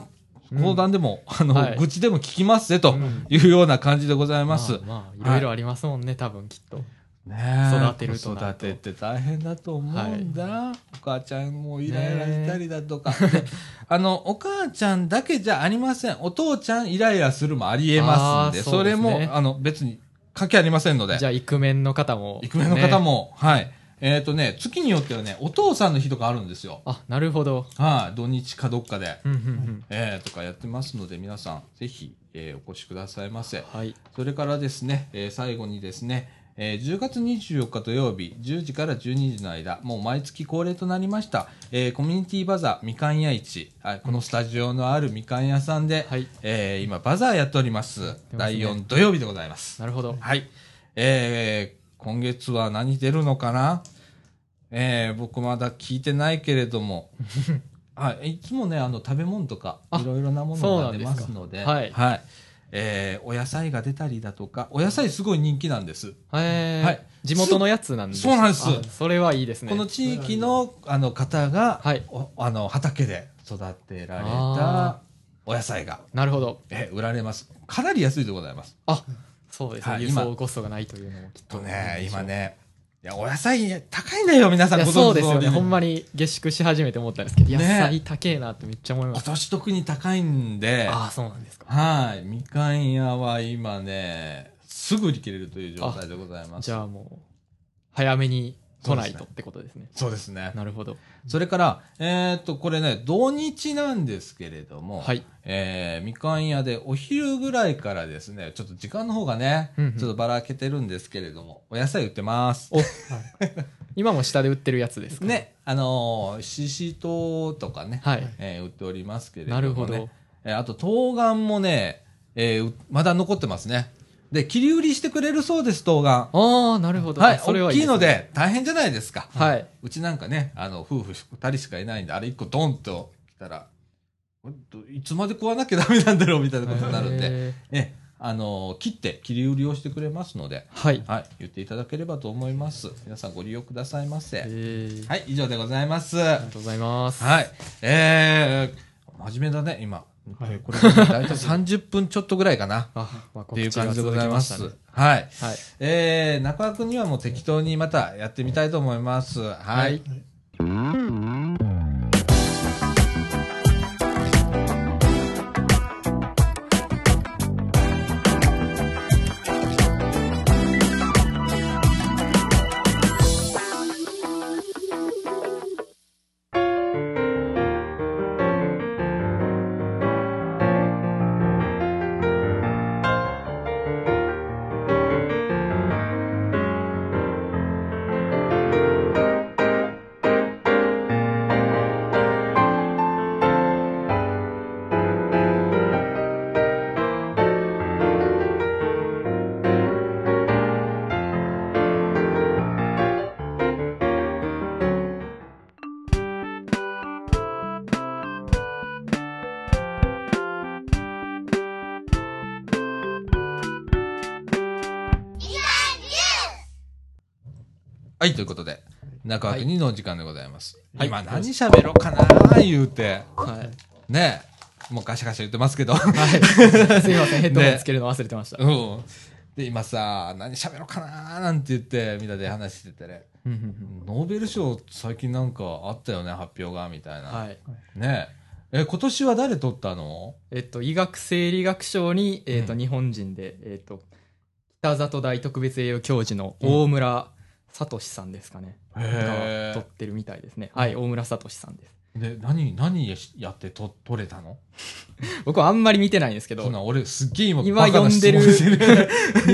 Speaker 1: 相談でも、あの、
Speaker 3: はい
Speaker 1: 愚痴でも聞きますぜと
Speaker 3: うん
Speaker 1: いうような感じでござい
Speaker 3: ま
Speaker 1: ます。
Speaker 3: あまあ、いろいろありますもんね、多分きっと。
Speaker 1: ねえ
Speaker 3: 育てるとなると
Speaker 1: 子育てって大変だと思うんだ、お母ちゃんもイライラしたりだとか、であのお母ちゃんだけじゃありませんお父ちゃんイライラするもありえますんで
Speaker 3: あー
Speaker 1: そ
Speaker 3: そうで
Speaker 1: れ
Speaker 3: すね
Speaker 1: もあの別に関係ありませんので
Speaker 3: じゃあ、イクメンの方も。
Speaker 1: イクメンの方
Speaker 3: ね。
Speaker 1: も、はいえっ、とね月によってはねお父さんの日とかあるんですよ
Speaker 3: あ、なるほど。
Speaker 1: はい、土日かどっかで、
Speaker 3: うんうんうん。
Speaker 1: えーとかやってますので、皆さん、ぜひ、えーお越しくださいませ。
Speaker 3: はい。
Speaker 1: それからですね、えー最後にですね、えー10月24日土曜日、10時から12時の間、もう毎月恒例となりました、えーコミュニティバザーみかん屋市、はい、このスタジオのあるみかん屋さんで、
Speaker 3: はい
Speaker 1: えー今、バザーやっております。
Speaker 3: ね
Speaker 1: 第4土曜日でございます。
Speaker 3: なるほど。
Speaker 1: はい。えー今月は何出るのかなえー僕まだ聞いてないけれど も。はい。いつもね、あの、食べ物とか、
Speaker 3: あ
Speaker 1: いろいろなも
Speaker 3: そう
Speaker 1: の
Speaker 3: な
Speaker 1: が
Speaker 3: ん
Speaker 1: 出
Speaker 3: ですか
Speaker 1: ますので、
Speaker 3: はい
Speaker 1: えーお野菜が出たりだとか、お野菜すごい人気なんです。
Speaker 3: へー
Speaker 1: はい
Speaker 3: 地元のやつなんです
Speaker 1: そうなんです
Speaker 3: あそれはいいですね。
Speaker 1: この地域の、あの、方が、
Speaker 3: はい
Speaker 1: おあの、畑で育てられた
Speaker 3: あ
Speaker 1: お野菜が、
Speaker 3: なるほど。
Speaker 1: えー売られます。かなり安いでございます。
Speaker 3: あ、そうです
Speaker 1: は
Speaker 3: ね。
Speaker 1: い
Speaker 3: 輸
Speaker 1: 今
Speaker 3: 送コストがないというのも
Speaker 1: え
Speaker 3: きっ
Speaker 1: っ
Speaker 3: と。
Speaker 1: とね、今。ね、いや、お野菜高いんだよ、皆さ
Speaker 3: い
Speaker 1: ん
Speaker 3: や、
Speaker 1: ご存知
Speaker 3: そうですよ
Speaker 1: 通
Speaker 3: ね。
Speaker 1: り
Speaker 3: ほんまに下宿し始めて思ったんですけど、
Speaker 1: ね
Speaker 3: 野菜高えなってめっちゃ思 いま
Speaker 1: 今
Speaker 3: す。
Speaker 1: 年特に高いんで、
Speaker 3: ああ、そうなんですか。
Speaker 1: はい、みかん屋は今ね、すぐ売り切れるという状態でございます。
Speaker 3: じゃあもう、早めに都内とってことですね。
Speaker 1: そうですね。
Speaker 3: なるほど。
Speaker 1: それから、えーっと、これね、土日なんですけれども、
Speaker 3: はい。
Speaker 1: えーみかん屋でお昼ぐらいからですね、ちょっと時間の方がね、
Speaker 3: うんうん
Speaker 1: ちょっとばらけてるんですけれども、お野菜売ってます。
Speaker 3: お、今も下で売ってるやつですか。
Speaker 1: ね、あのー、ししとうとかね、
Speaker 3: はい。
Speaker 1: えー売っておりますけれども、
Speaker 3: な
Speaker 1: ね。
Speaker 3: るほど。
Speaker 1: えーあと、冬瓜もね、えーうまだ残ってますね。で、切り売りしてくれるそうです、冬瓜。
Speaker 3: ああ、なるほど。
Speaker 1: はい、
Speaker 3: それは
Speaker 1: 大
Speaker 3: い
Speaker 1: き
Speaker 3: いで
Speaker 1: い
Speaker 3: すね
Speaker 1: の。で、大変じゃないですか。
Speaker 3: はい。
Speaker 1: うちなんかね、あの、夫婦二人しかいないんで、あれ一個ドンと来たら、ほんといつまで食わなきゃダメなんだろうみたいなことになるんで、
Speaker 3: えー
Speaker 1: え、あの、切って切り売りをしてくれますので、
Speaker 3: はい。
Speaker 1: はい、言っていただければと思います。皆さんご利用くださいませ。
Speaker 3: えー
Speaker 1: はい、以上でございます。
Speaker 3: あり
Speaker 1: は
Speaker 3: がとうございます。
Speaker 1: い、えー、真面目だね、今。
Speaker 2: はい
Speaker 1: これ、だいたい30分ちょっとぐらいか な。
Speaker 3: あ、まあ、
Speaker 1: っていう
Speaker 3: 告知が
Speaker 1: 感じでございま
Speaker 3: 続きした
Speaker 1: す
Speaker 3: ね。
Speaker 1: はい。
Speaker 3: はい。
Speaker 1: えー、中川くんにはもう適当にまたやってみたいと思います。は
Speaker 3: はいい。
Speaker 1: はい、ということで、中川くんにのお時間でございます。
Speaker 3: はい
Speaker 1: 今何喋ろうかなー言うて、
Speaker 3: はい。
Speaker 1: ねえ、もうガシャガシャ言ってますけど。
Speaker 3: はい。すいません、ヘッドホンつけるの忘れてました。
Speaker 1: うん。で、今さ、何喋ろうかなーなんて言って、みんなで話しててね、
Speaker 3: うんうんうん
Speaker 1: ノーベル賞最近なんかあったよね、発表が、みたいな。
Speaker 3: はい。
Speaker 1: ねえ。え、今年は誰取ったの
Speaker 3: えっと、医学生理学賞に、えっと、
Speaker 1: うん
Speaker 3: 日本人で、えっと、北里大特別栄誉教授の大村聡さんですかね。
Speaker 1: へ
Speaker 3: が
Speaker 1: ー
Speaker 3: 取ってるみたいですね。はい、大村聡さんです。
Speaker 1: で、何、何やってと取れたの
Speaker 3: 僕はあんまり見てないんですけど
Speaker 1: そん、な俺すっげえ今
Speaker 3: 今
Speaker 1: バカな
Speaker 3: 読んでるニ
Speaker 1: 質問して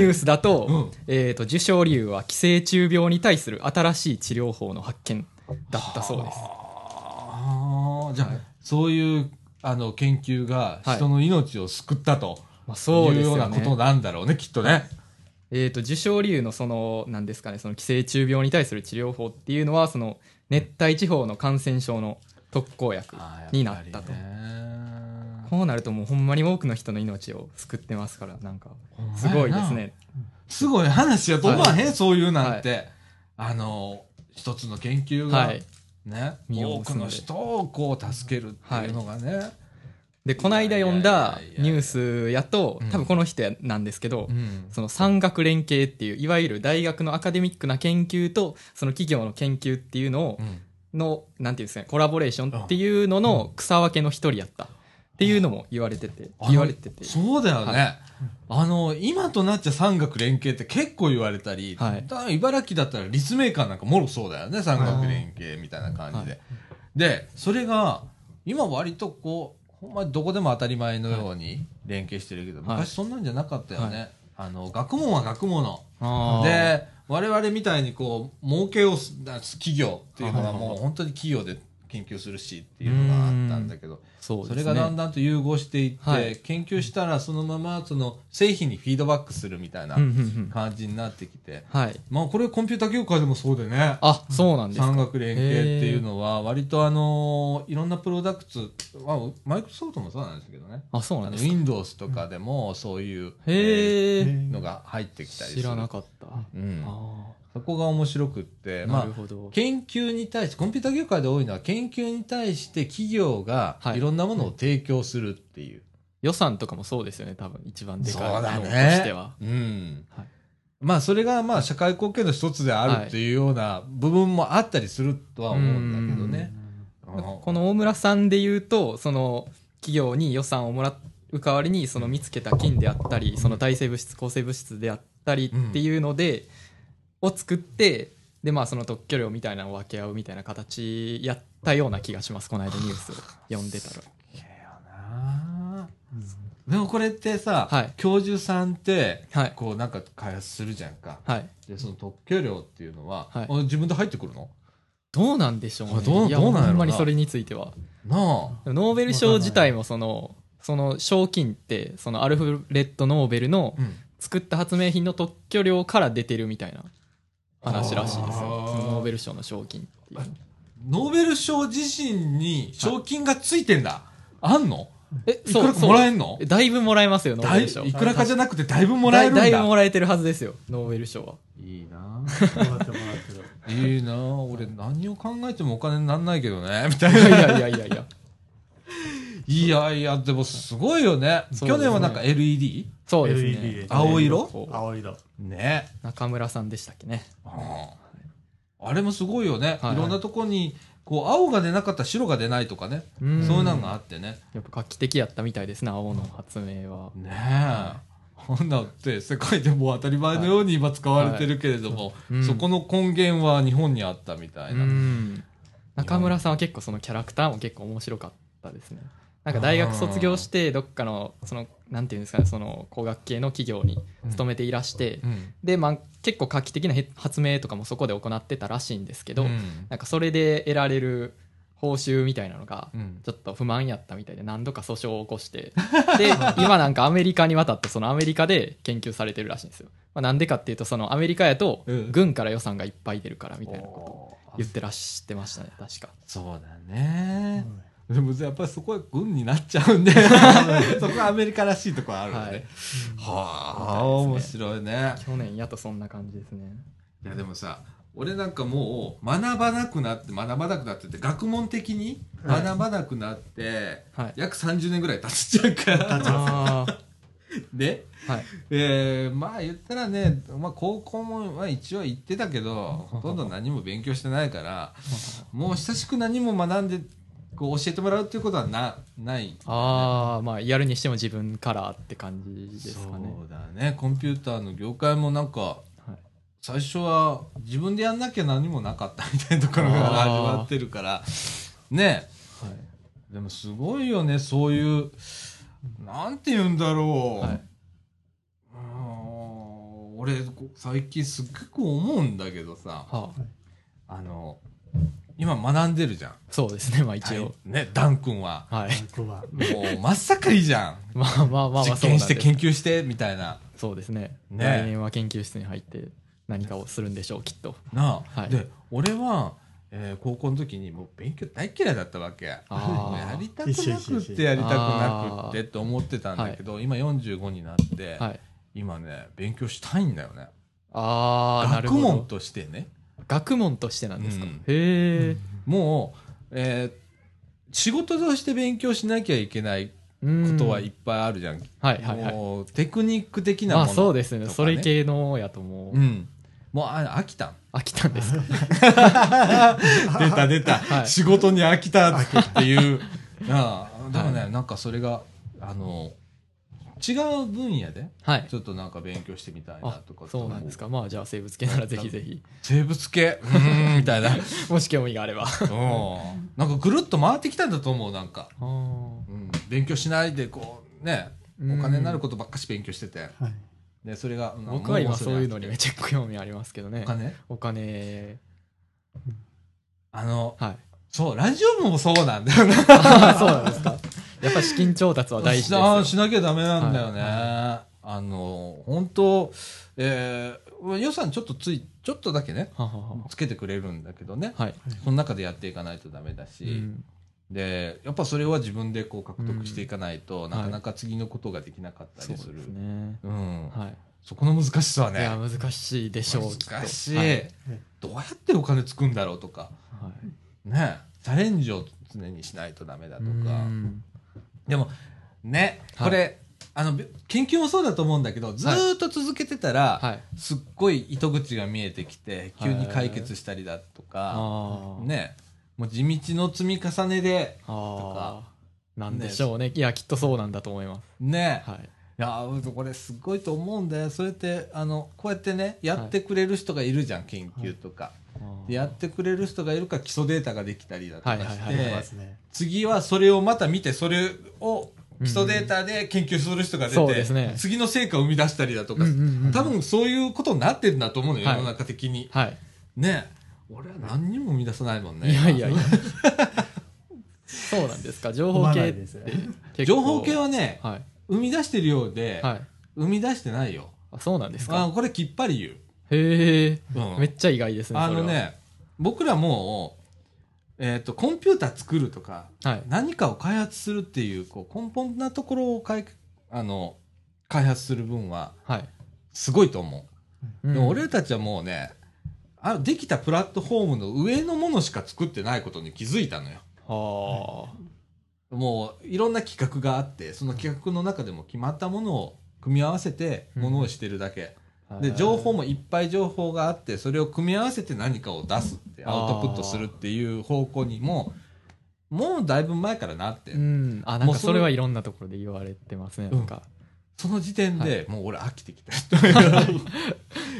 Speaker 3: ュースだと、
Speaker 1: うん
Speaker 3: えっと、受賞理由は寄生虫病に対する新しい治療法の発見だったそうです。
Speaker 1: あーじゃあ、
Speaker 3: はい
Speaker 1: そういうあの研究が
Speaker 3: はい
Speaker 1: 人の命を救ったと
Speaker 3: まあ、
Speaker 1: いう
Speaker 3: そうです
Speaker 1: よう
Speaker 3: よ
Speaker 1: なこ
Speaker 3: ね
Speaker 1: と。なんだろうねきっとね。
Speaker 3: えー、と受賞理由のそのなんですかねその寄生虫病に対する治療法っていうのはその熱帯地方の感染症の特効薬になったと、こうなるともうほんまに多くの人の命を救ってますからなんかすごいです。ね
Speaker 1: すごい話やと思わへん、そういうなんて、あの一つの研究が、
Speaker 3: はい
Speaker 1: ね
Speaker 3: 実を
Speaker 1: 多
Speaker 3: 結
Speaker 1: く
Speaker 3: んで
Speaker 1: の人をこう助けるっていうのがね。
Speaker 3: でこの間読んだ
Speaker 1: いやいやいやいや
Speaker 3: ニュースやと
Speaker 1: うん
Speaker 3: 多分この人やなんですけど、
Speaker 1: うん
Speaker 3: その産学連携っていういわゆる大学のアカデミックな研究とその企業の研究っていうのを
Speaker 1: うん
Speaker 3: のなんていうんですかねコラボレーションっていうのの草分けの一人やったっていうのも言われてて
Speaker 1: あの
Speaker 3: 言われてて
Speaker 1: そうだよね、
Speaker 3: は
Speaker 1: あの今となっちゃ産学連携って結構言われたり、
Speaker 3: はい
Speaker 1: だ茨城だったら立命館なんかもろそうだよね産学連携みたいな感じで、
Speaker 3: は
Speaker 1: でそれが今割とこうほんまにどこでも当たり前のように連携してるけど、
Speaker 3: はい
Speaker 1: 昔そんなんじゃなかったよね、
Speaker 3: は
Speaker 1: あの学問は学問の
Speaker 3: あー
Speaker 1: で我々みたいにこう儲けをす出す企業っていうのは
Speaker 3: はい
Speaker 1: もう本当に企業で研究するしっていうのがあったんだけど
Speaker 3: そう
Speaker 1: そ
Speaker 3: ですね
Speaker 1: れがだんだんと融合していって、
Speaker 3: はい
Speaker 1: 研究したらそのままその製品にフィードバックするみたいな
Speaker 3: うんうんうん
Speaker 1: 感じになってきて、
Speaker 3: はい
Speaker 1: まあこれコンピュータ業界でもそうでね
Speaker 3: あそうなんですか
Speaker 1: 産学連携っていうのは割とあのいろんなプロダクツはマイクロソフトもそうなんですけどね
Speaker 3: あそう
Speaker 1: あ
Speaker 3: なん
Speaker 1: の
Speaker 3: ですか
Speaker 1: Windows とかでもそういう、え
Speaker 3: へえ
Speaker 1: ーのが入ってきたりする
Speaker 3: 知らなかった
Speaker 1: うん、
Speaker 3: あ
Speaker 1: そこが面白くって
Speaker 3: ー
Speaker 1: ま
Speaker 3: な
Speaker 1: あ
Speaker 3: るほど
Speaker 1: 研究に対してコンピュータ業界で多いのは研究に対して企業が
Speaker 3: はい
Speaker 1: いろんなものを提供するっていう、
Speaker 3: 予算とかもそうですよね多分一番で
Speaker 1: そう
Speaker 3: かいの
Speaker 1: だ
Speaker 3: と
Speaker 1: ね
Speaker 3: しては
Speaker 1: うん
Speaker 3: はい
Speaker 1: まあそれがまあ社会貢献の一つであ
Speaker 3: は
Speaker 1: る
Speaker 3: い
Speaker 1: っていうような部分もあったりするとは思うんだけどね。あの
Speaker 3: この大村さんで言うとその企業に予算をもらう代わりにその見つけた菌であったりその耐性物質抗生物質であったりっていうので、を作ってでまあその特許料みたいなのを分け合うみたいな形やったような気がしますこの間ニュースを読んでたら
Speaker 1: けよ なでもこれってさ、
Speaker 3: はい
Speaker 1: 教授さんって、
Speaker 3: はい
Speaker 1: こうなんか開発するじゃんか。
Speaker 3: はい
Speaker 1: で、その特許料っていうのは、
Speaker 3: はい
Speaker 1: あ自分で入ってくるの
Speaker 3: どうなんでしょうね
Speaker 1: あどう
Speaker 3: いや
Speaker 1: どうなんやろな
Speaker 3: ほんまにそれについては
Speaker 1: な
Speaker 3: でもノーベル賞自体もそのその賞金ってそのアルフレッド・ノーベルの
Speaker 1: あ。うん。
Speaker 3: 作った発明品の特許料から出てるみたいな話らしいですよ
Speaker 1: あー
Speaker 3: そのノーベル賞の賞金っていう
Speaker 1: ノーベル賞自身に賞金がついてんだ。あんの
Speaker 3: え
Speaker 1: いくらかもらえんの
Speaker 3: だいぶもらえますよノー
Speaker 1: だ
Speaker 3: ベ
Speaker 1: い
Speaker 3: ル賞
Speaker 1: いくらかじゃなくてだいぶもらえるんだ。
Speaker 3: いぶもらえてるはずですよノーベル賞はい
Speaker 1: いな
Speaker 2: もらってもらってる。
Speaker 1: いいな俺何を考えてもお金になんないけどね。みたい
Speaker 3: いやいやいやいやいや
Speaker 1: な。いやいや、でもすごいよね。
Speaker 3: そう
Speaker 1: 去
Speaker 3: ですね
Speaker 1: 年はなんか LED?
Speaker 3: そうです
Speaker 2: LED
Speaker 3: ね
Speaker 2: で
Speaker 1: 青色
Speaker 3: こう
Speaker 2: 青色。
Speaker 1: ね
Speaker 3: 中村さんでしたっけね
Speaker 1: うんあれもすごいよね。
Speaker 3: はい
Speaker 1: いろんなとこに、こう、青が出なかったら白が出ないとかね。
Speaker 3: うん
Speaker 1: そういうのがあってね。
Speaker 3: やっぱ画期的やったみたいですね青の発明は
Speaker 1: ねえ。こんなのって世界でもう当たり前のように今使われてるけれども、
Speaker 3: いうん
Speaker 1: そこの根源は日本にあったみたいな。
Speaker 3: うん中村さんは結構そのキャラクターも結構面白かったですねなんか大学卒業してどっかのそのなんていうんですかねその工学系の企業に勤めていらして、
Speaker 1: うん。
Speaker 3: で、まあ、結構画期的なへ発明とかもそこで行ってたらしいんですけど、
Speaker 1: うん
Speaker 3: なんかそれで得られる報酬みたいなのが
Speaker 1: うん
Speaker 3: ちょっと不満やったみたいで何度か訴訟を起こして で今なんかアメリカに渡ってそのアメリカで研究されてるらしいんですよ。まあな、ん、でかっていうとそのアメリカやと
Speaker 1: うん
Speaker 3: 軍から予算がいっぱい出るからみたいなことを
Speaker 1: おー
Speaker 3: 言ってらっしゃってましたね確か。
Speaker 1: そうだね
Speaker 2: う。ん
Speaker 1: でもやっぱりそこは軍になっちゃうんで、そこはアメリカらしいところあるよね。はあ、面
Speaker 3: みた
Speaker 1: 白いね。
Speaker 3: 去年やとそんな感じですね。
Speaker 1: いやでもさ、俺なんかもう学ばなくなって、学ばなくなってって、学問的に
Speaker 2: はい
Speaker 1: 学ばなくなって、
Speaker 3: はい。
Speaker 1: 約30年ぐらい経っちゃうから。
Speaker 3: あー
Speaker 1: で、
Speaker 3: はい。
Speaker 1: えーまあ言ったらね、まあ高校もまあ一応行ってたけど、ほとんど何も勉強してないから、もう親しく何も学んで、こう教えてもらうっていうことはな、ない
Speaker 3: ああまあやるにしても自分からって感じですかね。
Speaker 1: そうだねコンピューターの業界もなんか
Speaker 3: はい
Speaker 1: 最初は自分でやんなきゃ何もなかったみたいなところから
Speaker 3: あ
Speaker 1: 始
Speaker 3: ー
Speaker 1: まってるからね
Speaker 3: はい
Speaker 1: でもすごいよねそういうなんて言うんだろう、
Speaker 3: はいう
Speaker 1: ーん俺こ最近すっごく思うんだけどさ
Speaker 3: はあ、
Speaker 1: あの今学んでるじゃん
Speaker 3: そうですねまあ一応。
Speaker 1: ねダン君は
Speaker 3: はい。
Speaker 2: 僕は。
Speaker 1: もう真っ盛りじゃん
Speaker 3: まあまあまあまあ
Speaker 1: 実
Speaker 3: そうな
Speaker 1: 験
Speaker 3: んで
Speaker 1: して
Speaker 3: す
Speaker 1: 研究してみたいな
Speaker 3: そうですね
Speaker 1: ね
Speaker 3: 来年は研究室に入って何かをするんでしょうきっと
Speaker 1: なあ、
Speaker 3: はい
Speaker 1: で俺は、えー高校の時にもう勉強大嫌いだったわ けや
Speaker 3: あー
Speaker 1: りたくな
Speaker 2: 一緒一
Speaker 1: く
Speaker 2: 緒
Speaker 1: っ
Speaker 2: 一
Speaker 1: て
Speaker 2: 緒
Speaker 1: やりたくなくってって思ってたんだけど、今45になって、
Speaker 3: はい
Speaker 1: 今ね勉強したいんだよね
Speaker 3: ああなる
Speaker 1: 学
Speaker 3: ほど
Speaker 1: 問としてね
Speaker 3: 学問としてなんですか、
Speaker 1: うん
Speaker 3: へ
Speaker 1: もう、えー仕事として勉強しなきゃいけない
Speaker 3: え
Speaker 1: ことはい
Speaker 3: い
Speaker 1: っぱいあるじゃん、
Speaker 3: はいはいはい
Speaker 1: もうテクニック的なも
Speaker 3: ま
Speaker 1: の
Speaker 3: あ
Speaker 1: とか、
Speaker 3: そうですねそれ系のやともう
Speaker 1: うんもうあ飽きた
Speaker 3: 飽きたんですか
Speaker 1: 出 た出た、
Speaker 3: はい
Speaker 1: 仕事に飽きたって いうああでもね、なんかそれがあの違う分野で
Speaker 3: はい
Speaker 1: ちょっとなんか勉強してみたいな
Speaker 3: あ
Speaker 1: とか
Speaker 3: そうなんです
Speaker 1: か
Speaker 3: かまあじゃあ生物系ならぜひぜひ
Speaker 1: 生物系うーんみたい な
Speaker 3: もし興味があればあ
Speaker 1: うんなんかぐるっと回ってきたんだと思うなんか、
Speaker 3: ー
Speaker 1: うん、勉強しないでこうねお金になることばっかし勉強してて
Speaker 2: はい。
Speaker 1: でそれがうん
Speaker 3: 僕
Speaker 1: も
Speaker 3: は今
Speaker 1: そ
Speaker 3: そ
Speaker 1: れ
Speaker 3: う
Speaker 1: 飽き
Speaker 3: いう
Speaker 1: て
Speaker 3: のにめちゃくちゃ興味ありますけどね
Speaker 1: お金
Speaker 3: お金
Speaker 1: あの
Speaker 3: はい
Speaker 1: そうラジオ部もそうなんだよね
Speaker 3: あーそうなんですかやっぱ資金調達は大事ですよ
Speaker 1: あーしなきゃダメなんだよね。
Speaker 3: はい
Speaker 1: あの、本当えー予算ちょっとつい、ちょっとだけね、
Speaker 3: ははは
Speaker 1: つけてくれるんだけどね。
Speaker 3: はい、
Speaker 1: その中でやっていかないとダメだし、
Speaker 3: うん
Speaker 1: で、やっぱそれは自分でこう獲得していかないと、
Speaker 3: ん
Speaker 1: なかなか次のことができなかった
Speaker 3: そう
Speaker 1: り
Speaker 3: です
Speaker 1: る。
Speaker 3: すね
Speaker 1: うん、
Speaker 3: はい
Speaker 1: そこの難しさはい
Speaker 3: や
Speaker 1: ね。
Speaker 3: 難しいでしょうきっと
Speaker 1: 難しい、
Speaker 3: はい
Speaker 1: どうやってお金つくんだろうとか、
Speaker 3: はい
Speaker 1: ね、チャレンジを常にしないとダメだとか。
Speaker 3: うん
Speaker 1: でもね
Speaker 3: は
Speaker 1: こ
Speaker 3: い
Speaker 1: れ、あのび研究もそうだと思うんだけどずーっと続けてたら、
Speaker 3: はい
Speaker 1: すっごい糸口が見えてきて急に解決したりだとか、
Speaker 3: あー
Speaker 1: ねもう地道の積み重ねで
Speaker 3: あーなんでしょうねいやきっとそうなんだと思います
Speaker 1: ね、
Speaker 3: はい
Speaker 1: いやーこれすごいと思うんだよそうやってあのこうやってねやってくれる人がいるじゃん、研究とか、でやってくれる人がいるから基礎データができたりだとかして、
Speaker 3: はいは
Speaker 2: あ
Speaker 3: い
Speaker 2: りますね。
Speaker 1: 次はそれをまた見てそれを基礎データで研究する人が出て、
Speaker 3: うんそうですね
Speaker 1: 次の成果を生み出したりだとか、
Speaker 3: うんうんうん
Speaker 1: 多分そういうことになってるんだと思うのよ、
Speaker 3: はい
Speaker 1: 世の中的に。
Speaker 3: はい。
Speaker 1: ね俺は何にも生み出さないもんね。
Speaker 3: いやいやいや。 そうなんですか。情報
Speaker 2: 踏まな
Speaker 3: 系
Speaker 2: い
Speaker 3: って
Speaker 2: ですね
Speaker 3: 結構
Speaker 1: 情報系はね、
Speaker 3: はい。
Speaker 1: 生み出してるようで、
Speaker 3: はい。
Speaker 1: 生み出してないよ。
Speaker 3: あ、そうなんです
Speaker 1: あ
Speaker 3: か。
Speaker 1: これきっぱり言う。
Speaker 3: へえ。
Speaker 1: うん
Speaker 3: めっちゃ意外ですね。
Speaker 1: あ
Speaker 3: それ
Speaker 1: の
Speaker 3: は。
Speaker 1: ね、僕らもう、えっ、と、コンピューター作るとか、
Speaker 3: はい。
Speaker 1: 何かを開発するっていう、こう、根本なところをかいあの、開発する分は、
Speaker 3: はい。
Speaker 1: すごいと思
Speaker 3: う
Speaker 1: う。
Speaker 3: ん
Speaker 1: でも俺たちはもうね、あできたプラットフォームの上のものしか作ってないことに気づいたのよ。
Speaker 3: はあ。
Speaker 1: もういろんな企画があって、その企画の中でも決まったものを組み合わせてものをしてるだけ。で、情報もいっぱい情報があって、それを組み合わせて何かを出すって、
Speaker 3: あー
Speaker 1: アウトプットするっていう方向にも、もうだいぶ前からなって、
Speaker 3: うん。あ、なん
Speaker 1: もう
Speaker 3: か
Speaker 1: そ
Speaker 3: そ
Speaker 1: の
Speaker 3: れはいろんなところで言われてますね。なんか。
Speaker 1: その時点で、もう俺飽きてきた。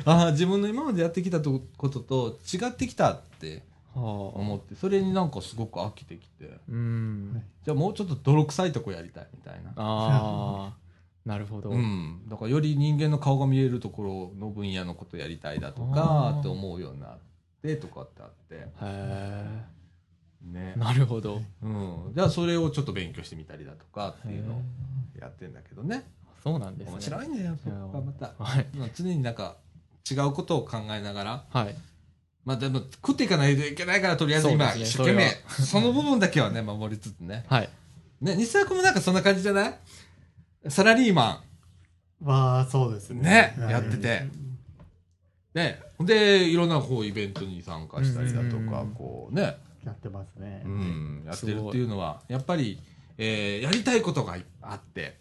Speaker 1: あー自分の今までやってきたとことと違ってきたって
Speaker 3: は
Speaker 1: 思って、それになんかすごく飽きてきて、
Speaker 3: あ。うん。
Speaker 1: じゃあもうちょっと泥臭いとこやりたいみたいな。
Speaker 3: あ あ。なるほど。
Speaker 1: うん、だからより人間の顔が見えるところの分野のことやりたいだと
Speaker 3: あ
Speaker 1: か
Speaker 3: ー
Speaker 1: って思うようになってとかってあって
Speaker 3: へ
Speaker 1: ね
Speaker 3: え。、なるほど。
Speaker 1: うん、じゃあそれをちょっと勉強してみたりだとかっていうのを
Speaker 3: へ
Speaker 1: やってんだけどね
Speaker 3: そうなんですね。
Speaker 1: 面白いねやっぱ
Speaker 3: いや
Speaker 1: また
Speaker 3: はい。
Speaker 1: まあ常になんか違うことを考えながら
Speaker 3: はい。
Speaker 1: まあでも食っていかないといけないからとりあえず今
Speaker 3: そうで
Speaker 1: 一
Speaker 3: す
Speaker 1: 生
Speaker 3: ね
Speaker 1: 懸命
Speaker 3: そ
Speaker 1: その部分だけはね守りつつね
Speaker 3: はい。
Speaker 1: ね西田君もなんかそんな感じじゃないサラリーマン
Speaker 2: まあ、そうです
Speaker 1: ね
Speaker 2: ね。
Speaker 1: やってて。ね、でいろんなこうイベントに参加したりだと
Speaker 3: うんうん
Speaker 1: か
Speaker 3: うん
Speaker 1: こうね、
Speaker 2: やってますね
Speaker 1: う。ん、やってるっていうのはやっぱり、えーやりたいことがあって、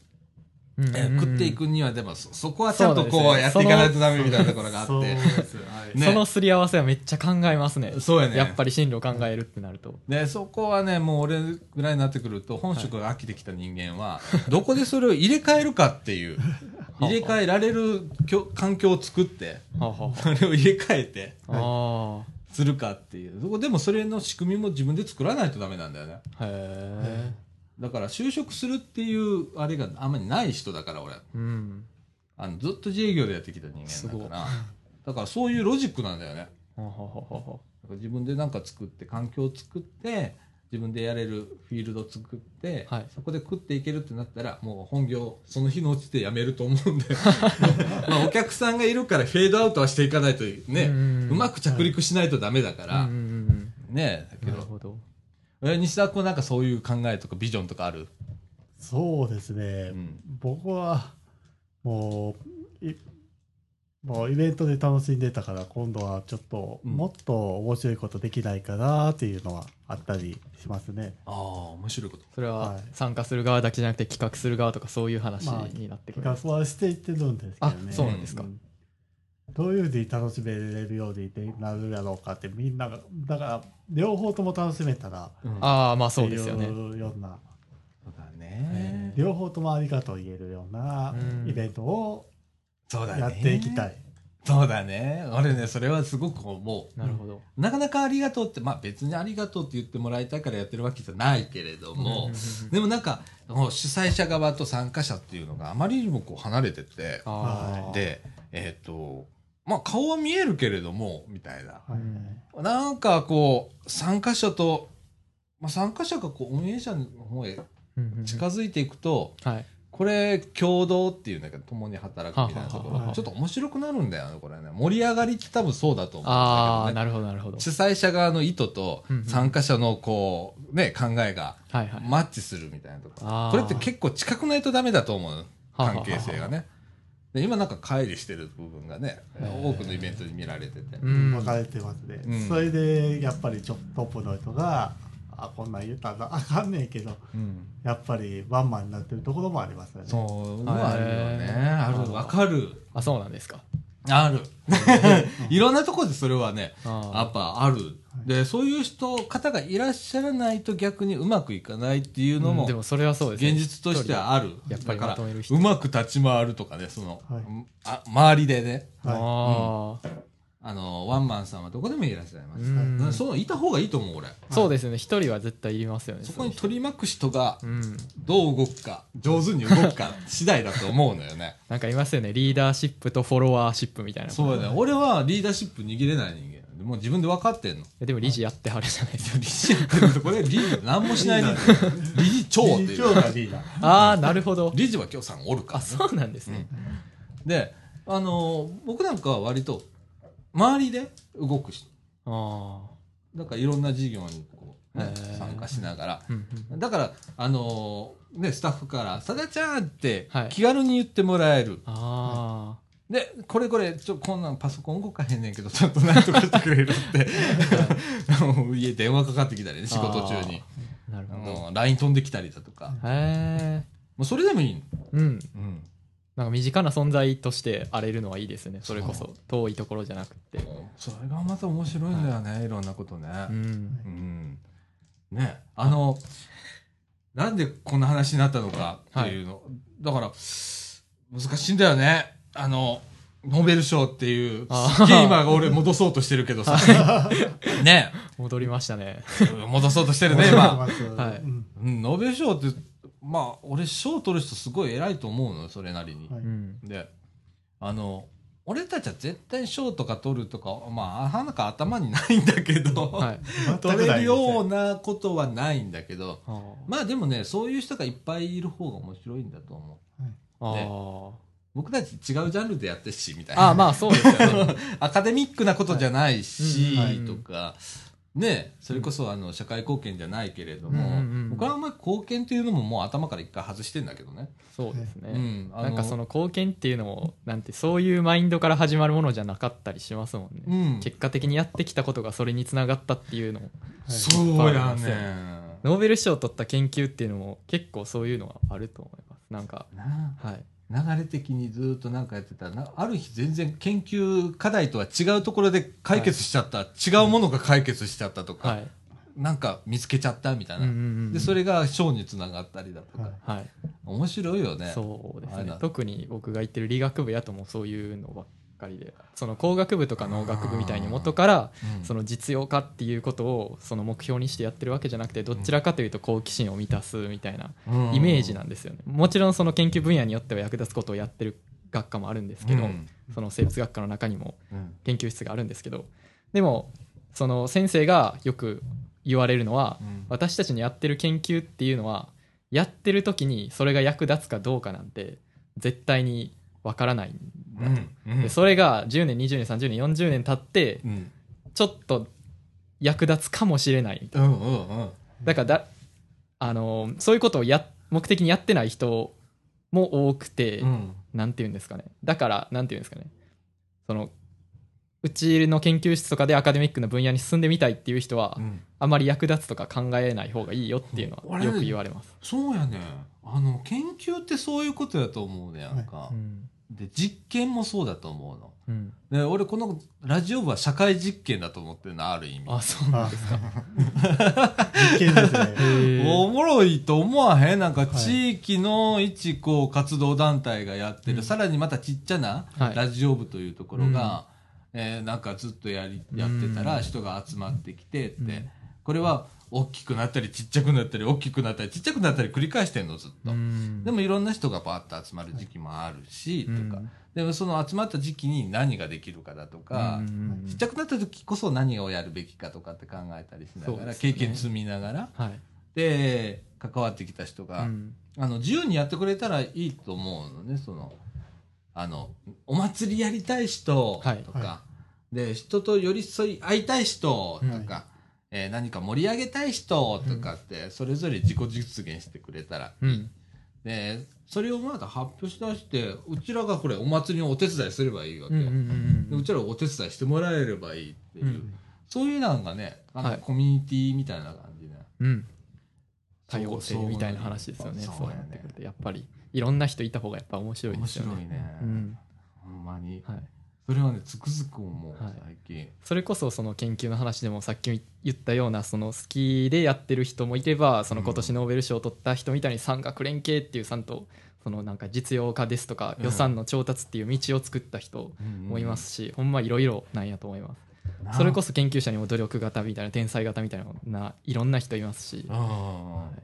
Speaker 3: うん
Speaker 1: え
Speaker 3: う
Speaker 1: ー
Speaker 3: んうん
Speaker 1: 食ってい。くにはでもそそこはちゃんと
Speaker 3: そう
Speaker 1: こ
Speaker 3: なん
Speaker 1: う
Speaker 3: ですね
Speaker 1: やっていかないとダメみたいなところがあっ
Speaker 2: そうで
Speaker 1: て
Speaker 2: す。はい。
Speaker 1: ね
Speaker 3: そのすり合わせはめっちゃ考えますね。
Speaker 1: そうやね
Speaker 3: やっぱり進路考えるってなると。
Speaker 1: ね、そこはねもう俺ぐらいになってくると本職が飽きてきた人間は、どこでそれを入れ替えるかっていう
Speaker 3: あ
Speaker 1: 入れ替えられるきょ環境を作って
Speaker 3: はあは
Speaker 1: それを入れ替えて
Speaker 3: あは
Speaker 1: するかっていうそこでもそれの仕組みも自分で作らないとダメなんだよね。
Speaker 3: ああ。へえ。
Speaker 1: だから就職するっていうあれがあんまりない人だから俺
Speaker 3: うん。
Speaker 1: あのずっと自営業でやってきた人
Speaker 3: す
Speaker 1: 間
Speaker 3: ごい
Speaker 1: だからだからそういうロジックなんだよねだか
Speaker 3: はあはあはあは
Speaker 1: ら自分で何か作って環境を作って自分でやれるフィールドを作って、
Speaker 3: はい
Speaker 1: そこで食っていけるってなったらもう本業その日のうちで辞めると思うん でまあお客さんがいるからフェードアウトはしていかないとね
Speaker 3: うんうんうん
Speaker 1: うまく着陸しないとダメだか
Speaker 3: あ
Speaker 1: ら、
Speaker 3: うんうん
Speaker 1: ねだ
Speaker 3: う
Speaker 1: け
Speaker 3: ん。なる
Speaker 1: ど
Speaker 3: ほど。
Speaker 1: え西田君はなんかそういう考えとかビジョンとかある、
Speaker 2: そうですね。
Speaker 1: うん
Speaker 2: 僕は、もう、いもうイベントで楽しんでたから、今度はちょっと、
Speaker 1: うん
Speaker 2: もっと面白いことできないかなっていうのはあったりしますね。
Speaker 1: ああ面白いこと
Speaker 3: それ
Speaker 2: は
Speaker 3: はい参加する側だけじゃなくて企画する側とかそういう話
Speaker 2: まあ
Speaker 3: になってくる。
Speaker 2: 企画はしていってるんですけどね。
Speaker 3: あそうなんですか
Speaker 2: んどういうふうに楽しめれるようになるやろうかってみんなが、だから、両方とも楽しめたら、
Speaker 3: ああ、まあそうですよね。
Speaker 2: っていうような、
Speaker 1: そうだね。
Speaker 2: 両方ともありがとう言えるような
Speaker 3: うん
Speaker 2: イベントを
Speaker 1: そうだね。
Speaker 2: やっていきたい。。
Speaker 1: そうだね。俺ね、それはすごく思
Speaker 3: なるほど。
Speaker 1: う。なかなかありがとうって、まあ別にありがとうって言ってもらいたいからやってるわけじゃないけれども、でもなんか、もう主催者側と参加者っていうのがあまりにもこう離れてて、
Speaker 3: ああ。
Speaker 1: で、えっ、と、まあ顔は見えるけれども、みたいな。
Speaker 2: はい
Speaker 1: なんかこう、参加者と、まあ参加者がこう運営者の方へ
Speaker 3: うんうんうん、
Speaker 1: 近づいていくと、
Speaker 3: はい。
Speaker 1: これ共同っていうんだけど共に働くみたいなとこ
Speaker 2: はあはあ
Speaker 1: ろ
Speaker 2: は
Speaker 1: が
Speaker 2: あ
Speaker 1: ちょっと面白くなるんだよねこれね盛り上がりって多分そうだと思うん
Speaker 3: あ
Speaker 1: だ
Speaker 3: あ、
Speaker 1: けどね
Speaker 3: なるほど、なるほど。
Speaker 1: 主催者側の意図と
Speaker 3: うんうん
Speaker 1: 参加者のこうね考えが
Speaker 3: はいはい。
Speaker 1: マッチするみたいなとこ
Speaker 3: あー
Speaker 1: これって結構近くないとダメだと思う
Speaker 3: はあ
Speaker 1: 関係性がねで今なんか乖離してる部分がね
Speaker 3: へえ
Speaker 1: 多くのイベントに見られてて
Speaker 3: うん
Speaker 2: 分かれてますね、
Speaker 1: うん
Speaker 2: それでやっぱりちょっとトップの人があこんなん言ったらあかんねんけど
Speaker 1: うん
Speaker 2: やっぱりワンマンになってるところもありますよね
Speaker 1: そういうのはあるよね
Speaker 3: へえ
Speaker 1: あるわかる
Speaker 3: あ、そうなんですか。
Speaker 1: あ る。いろんなところでそれはね、や
Speaker 3: あ
Speaker 1: っぱある。で、そういう人、方がいらっしゃらないと逆にうまくいかないっていう
Speaker 3: ー
Speaker 1: の
Speaker 3: うん
Speaker 1: も
Speaker 3: で、もそれはそうですね
Speaker 1: 現実としてはある。
Speaker 3: やっぱり
Speaker 1: だ
Speaker 3: ま
Speaker 1: か
Speaker 3: と
Speaker 1: ら、
Speaker 3: める人
Speaker 1: うまく立ち回るとかね、その、
Speaker 2: はい
Speaker 1: あ周りでね、
Speaker 2: は
Speaker 3: ああ、
Speaker 1: あの、ワンマンさんはどこでもいらっしゃいます。
Speaker 3: うん
Speaker 1: うんそう、いた方がいいと思う、俺。
Speaker 3: そうですよね一人は絶対いりますよね
Speaker 1: そこに取り巻く人が
Speaker 3: う、ん
Speaker 1: どう動くか、上手に動く か、次第だと思うのよね。
Speaker 3: なんかいますよねリーダーシップとフォロワーシップみたいな
Speaker 1: そうだね。俺はリーダーシップ握れない人間なんで。もう自分で分かってんの。
Speaker 3: でも理事やってはるじゃないですか
Speaker 1: 理事やってるとこれ理事何もしない人間理事長って
Speaker 2: い。理事
Speaker 1: い
Speaker 2: 長
Speaker 1: う
Speaker 2: がリーダー。
Speaker 3: ああなるほど
Speaker 1: 理事は今日さんおるか
Speaker 3: あ
Speaker 1: らね
Speaker 3: そうなんですね、
Speaker 1: であのー僕なんかは割と周りで動くし
Speaker 3: あ
Speaker 1: なんかいろんな事業にこう、ね
Speaker 3: へー
Speaker 1: 参加しながら
Speaker 3: あ、うんうん、
Speaker 1: だからあのーねスタッフから「さだちゃん!」って
Speaker 3: はい
Speaker 1: 気軽に言ってもらえる、
Speaker 3: あ
Speaker 1: でこれこれちょこんなんパソコン動かへんねんけどちょっとなんとかしてくれるってあの家電話かかってきたりね仕事中に
Speaker 3: あなる
Speaker 1: あ
Speaker 3: ほど
Speaker 1: の LINE 飛んできたりだとか、
Speaker 3: へえ
Speaker 1: もうそれでもいいの
Speaker 3: うん
Speaker 1: うん、
Speaker 3: なんか身近な存在として荒れるのはいいですねそれこそ遠いところじゃなくて
Speaker 1: それがまた面白いんだよね、い、ろんなことね。
Speaker 3: うん
Speaker 1: うんねあのなんでこんな話になったのかっていうの、だから難しいんだよねあのノーベル賞っていう
Speaker 3: あー
Speaker 1: すっげえ今俺戻そうとしてるけ どさね
Speaker 3: 戻りましたね
Speaker 1: 戻そうとしてるね今、
Speaker 3: はい
Speaker 2: うん
Speaker 1: うん、ノーベル賞ってまあ俺賞取る人すごい偉いと思うのよそれなりに。
Speaker 2: は
Speaker 3: う
Speaker 2: い
Speaker 3: ん
Speaker 1: であの俺たちは絶対賞とか取るとかまあなんか頭にないんだけど、
Speaker 3: はい
Speaker 1: 取れるよう
Speaker 2: う
Speaker 1: なことはないんだけど
Speaker 3: あ
Speaker 1: まあでもねそういう人がいっぱいいる方が面白いんだと思う
Speaker 3: あ
Speaker 1: ね
Speaker 3: ー
Speaker 1: 僕たち違うジャンルでやってるしみたい
Speaker 3: あ
Speaker 1: な
Speaker 3: あまあそうですよね
Speaker 1: アカデミックなことじゃないし、
Speaker 3: はいうん
Speaker 1: とか、ねそれこそあの社会貢献じゃないけれど
Speaker 3: うん
Speaker 1: も、
Speaker 3: うんうん
Speaker 1: 僕はあんまり貢献っていうのももう頭から一回外してんだけどね、
Speaker 3: そうですね、
Speaker 1: うんあ
Speaker 3: なんかその貢献っていうのもなんてそういうマインドから始まるものじゃなかったりしますもんね、
Speaker 1: うん
Speaker 3: 結果的にやってきたことがそれにつながったっていうのも
Speaker 1: そうやねん
Speaker 3: ノーベル賞を取った研究っていうのも結構そういうのはあると思いますなんか
Speaker 1: なあ
Speaker 3: はい
Speaker 1: 流れ的にずっとなんかやってたらなある日全然研究課題とは違うところで解決しちゃった、違うものが解決しちゃったとか、
Speaker 3: はい
Speaker 1: なんか見つけちゃったみたいな、でそ
Speaker 3: れ
Speaker 1: れが賞につながったりだとか、
Speaker 2: はい
Speaker 3: はい
Speaker 1: 面白いよね
Speaker 3: そうで
Speaker 1: あ
Speaker 3: す
Speaker 1: れ
Speaker 3: ね
Speaker 1: だ
Speaker 3: 特に僕が行ってる理学部やともうそういうのばっかりでその工学部とか農学部みたいに元から
Speaker 1: うん
Speaker 3: その実用化っていうことをその目標にしてやってるわけじゃなくてどちらかというと好奇心を満たすみたいな
Speaker 1: うん
Speaker 3: イメージなんですよねもちろんその研究分野によっては役立つことをやってる学科もあるんですけど、
Speaker 1: うん
Speaker 3: その生物学科の中にも
Speaker 1: うん
Speaker 3: 研究室があるんですけどでもその先生がよく言われるのは、
Speaker 1: うん
Speaker 3: 私たちのやってる研究っていうのはやってる時にそれが役立つかどうかなんて絶対にわからないんだと、
Speaker 1: うん
Speaker 3: でそれが10年20年30年40年経って
Speaker 1: うん
Speaker 3: ちょっと役立つかもしれないみたいな
Speaker 1: うんうんうん
Speaker 3: だからだあのーそういうことをや目的にやってない人も多くて、
Speaker 1: うん
Speaker 3: なんて言うんですかねだからなんて言うんですかねそのうちの研究室とかでアカデミックな分野に進んでみたいっていう人は、
Speaker 1: うん
Speaker 3: あまり役立つとか考えない方がいいよっていうの
Speaker 1: うんあ
Speaker 3: は
Speaker 1: れ
Speaker 3: よく言われます、
Speaker 1: そうやねあの研究ってそういうことやと思うねやんか、
Speaker 3: うん
Speaker 1: で実験もそうだと思うの
Speaker 3: うん
Speaker 1: で俺このラジオ部は社会実験だと思ってるのある意味
Speaker 3: あそうな んですか
Speaker 2: 実験ですね。
Speaker 1: おもろいと思わへんなんか
Speaker 2: はい
Speaker 1: 地域の一こう活動団体がやってる、
Speaker 3: うん
Speaker 1: さらにまたちっちゃな
Speaker 3: はい
Speaker 1: ラジオ部というところが、えーなんかずっとやりやってたら人が集まってきてって、
Speaker 3: うん
Speaker 1: これは大きくなったりちっちゃくなったり大きくなったりちっちゃくなったり繰り返してんのずっと、
Speaker 3: うん
Speaker 1: でもいろんな人がバーッと集まる時期もあるし、
Speaker 3: うん
Speaker 1: とかでもその集まった時期に何ができるかだとか、
Speaker 3: うん
Speaker 1: ちっちゃくなった時こそ何をやるべきかとかって考えたりしな
Speaker 3: そ
Speaker 1: が
Speaker 3: う
Speaker 1: ら、
Speaker 3: です
Speaker 1: 経
Speaker 3: ね
Speaker 1: 験積みながら
Speaker 3: はい、
Speaker 1: で関わってきた人が、
Speaker 3: うん
Speaker 1: あの自由にやってくれたらいいと思うのねそのあのお祭りやりたい人
Speaker 3: はい
Speaker 1: とか、で人と寄り添い会いたい人とか、
Speaker 2: うん
Speaker 1: えー何か盛り上げたい人とかって、それぞれ自己実現してくれたら、
Speaker 3: うん
Speaker 1: でそれをまだ発表しだしてうちらがこれお祭りをお手伝いすればいいわけ
Speaker 3: う
Speaker 1: よ、で
Speaker 3: んう
Speaker 1: うん
Speaker 3: うん
Speaker 1: ちらがお手伝いしてもらえればいいっていう、
Speaker 3: うん
Speaker 1: そういうなんかねあの、
Speaker 3: はい
Speaker 1: コミュニティみたいな感じで。
Speaker 3: うん、多様性みたいな話ですよね
Speaker 1: そう
Speaker 3: そう
Speaker 1: や
Speaker 3: な
Speaker 1: ね
Speaker 3: ってくるとやっぱりいろんな人いた方がやっぱ面白いで
Speaker 1: 面
Speaker 3: すよ
Speaker 1: 白い
Speaker 3: ね
Speaker 1: ね、
Speaker 3: うん
Speaker 1: ほんまに、
Speaker 3: はい
Speaker 1: それはねつくづく思う
Speaker 3: はい
Speaker 1: 最近、
Speaker 3: それこそその研究の話でもさっきも言ったようなそのスキーでやってる人もいればその今年ノーベル賞を取った人みたいに産学連携っていう産とそのなんか実用化ですとか
Speaker 1: うん
Speaker 3: 予算の調達っていう道を作った人もいますし、ほんまいろいろなんやと思いますそれこ
Speaker 1: そ
Speaker 3: そ研究者にも努力型みたいな天才型みたいなないろんな人いますし、
Speaker 1: ああ、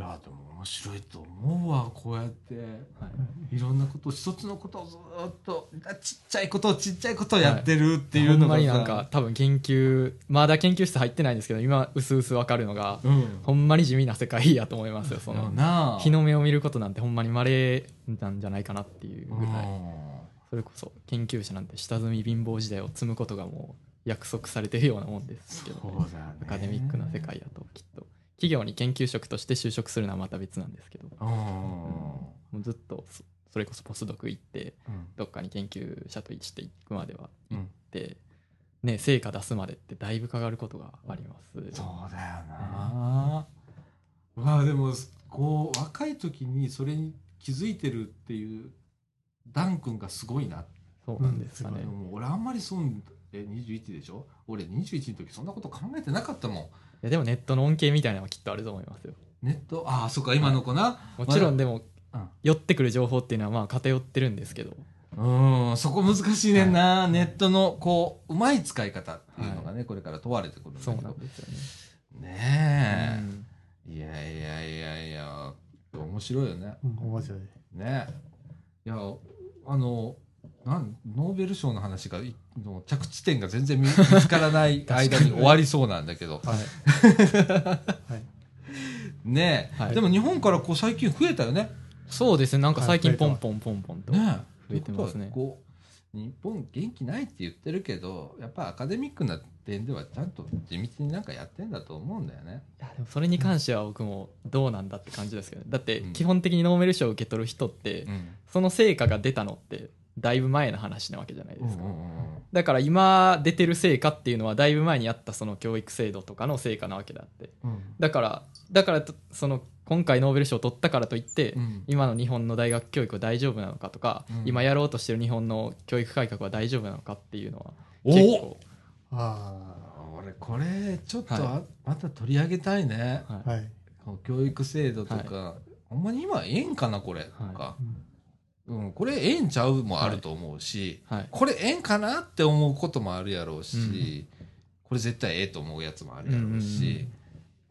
Speaker 1: い、やでも面白いと思うわこうやって
Speaker 3: はい
Speaker 1: いろんなこと一つのことをずーっとちっちゃいことをちっちゃいことをやってるっていうのが
Speaker 3: ほんま
Speaker 1: さ
Speaker 3: になんか多分研究まだ研究室入ってないんですけど今うすうすわかるのが、
Speaker 1: うん
Speaker 3: ほんまに地味な世界やと思いますよその
Speaker 1: なあ
Speaker 3: 日の目を見ることなんてほんまに稀なんじゃないかなっていうぐらい、
Speaker 1: うん
Speaker 3: それこそ研究者なんて下積み貧乏時代を積むことがもう約束されてるようなもんですけどね、
Speaker 1: そうだよね
Speaker 3: アカデミックな世界だときっと企業に研究職として就職するのはまた別なんですけども
Speaker 1: うん
Speaker 3: うずっとそそれこそポスドク行って
Speaker 1: うん
Speaker 3: どっかに研究者として行くまでは
Speaker 1: う
Speaker 3: 行
Speaker 1: ん
Speaker 3: って、ね、成果出すまでってだいぶかかることがあります。
Speaker 1: そうだよな、まあでもこう若い時にそれに気づいてるっていうダン君がすごいなって
Speaker 3: そうなんですか
Speaker 2: う
Speaker 3: ね
Speaker 1: で。も俺あんまりそんえ21でしょ俺21の時そんなこと考えてなかったもん
Speaker 3: いやでもネットの恩恵みたいなのはきっとあると思いますよ。
Speaker 1: ネットああそっか今の子な、
Speaker 3: もちろんでも
Speaker 1: うん
Speaker 3: 寄ってくる情報っていうのはまあ偏ってるんですけど、
Speaker 1: うんそこ難しいねんな、ネットのこううまい使い方っていうのがね、これから問われてくるんだけ
Speaker 3: そ
Speaker 1: ど
Speaker 3: うなんですよね。
Speaker 1: ねえ、
Speaker 3: うん
Speaker 1: いやいやいやいや面白いよね
Speaker 2: うん、面白い。
Speaker 1: ねいやあのなんノーベル賞の話がいの着地点が全然見見つから ない間に終わりそうなんだけど
Speaker 2: はい。はい。
Speaker 1: ねえ、
Speaker 3: はい
Speaker 1: でも日本からこう最近増えたよね
Speaker 3: そうですね。なんか
Speaker 2: は
Speaker 3: 最近
Speaker 2: い増
Speaker 3: ポ
Speaker 2: え
Speaker 3: ン
Speaker 2: て
Speaker 3: ポンポンポンと。
Speaker 1: ね
Speaker 3: 増えてますね
Speaker 1: ということはこう日本元気ないって言ってるけどやっぱアカデミックな点ではちゃんと地道になんかやってんだと思うんだよね。
Speaker 3: いやでもそれに関しては僕もどうなんだって感じですけど、ね、だって
Speaker 1: うん
Speaker 3: 基本的にノーベル賞を受け取る人って、
Speaker 1: うん
Speaker 3: その成果が出たのってだいぶ前の話なわけじゃないですか。
Speaker 1: うんうんうん
Speaker 3: だから今出てる成果っていうのはだいぶ前にあったその教育制度とかの成果なわけであって
Speaker 1: うん
Speaker 3: だからだからとその今回ノーベル賞を取ったからといって、
Speaker 1: うん
Speaker 3: 今の日本の大学教育は大丈夫なのかとか、
Speaker 1: うん
Speaker 3: 今やろうとしてる日本の教育改革は大丈夫なのかっていうのは
Speaker 1: お
Speaker 3: 結構、
Speaker 2: あ
Speaker 1: 俺これちょっとあ、
Speaker 3: は
Speaker 1: また取り上げたいね。
Speaker 3: はい
Speaker 2: あ。はい。
Speaker 1: この教育制度とか、ほんまに今ええんかなこれ、とか、
Speaker 2: うん
Speaker 1: うん、これええんちゃうもあると思うし、
Speaker 3: はい
Speaker 1: これええんかなって思うこともあるやろうし、これ絶対ええと思うやつもあるやろうし、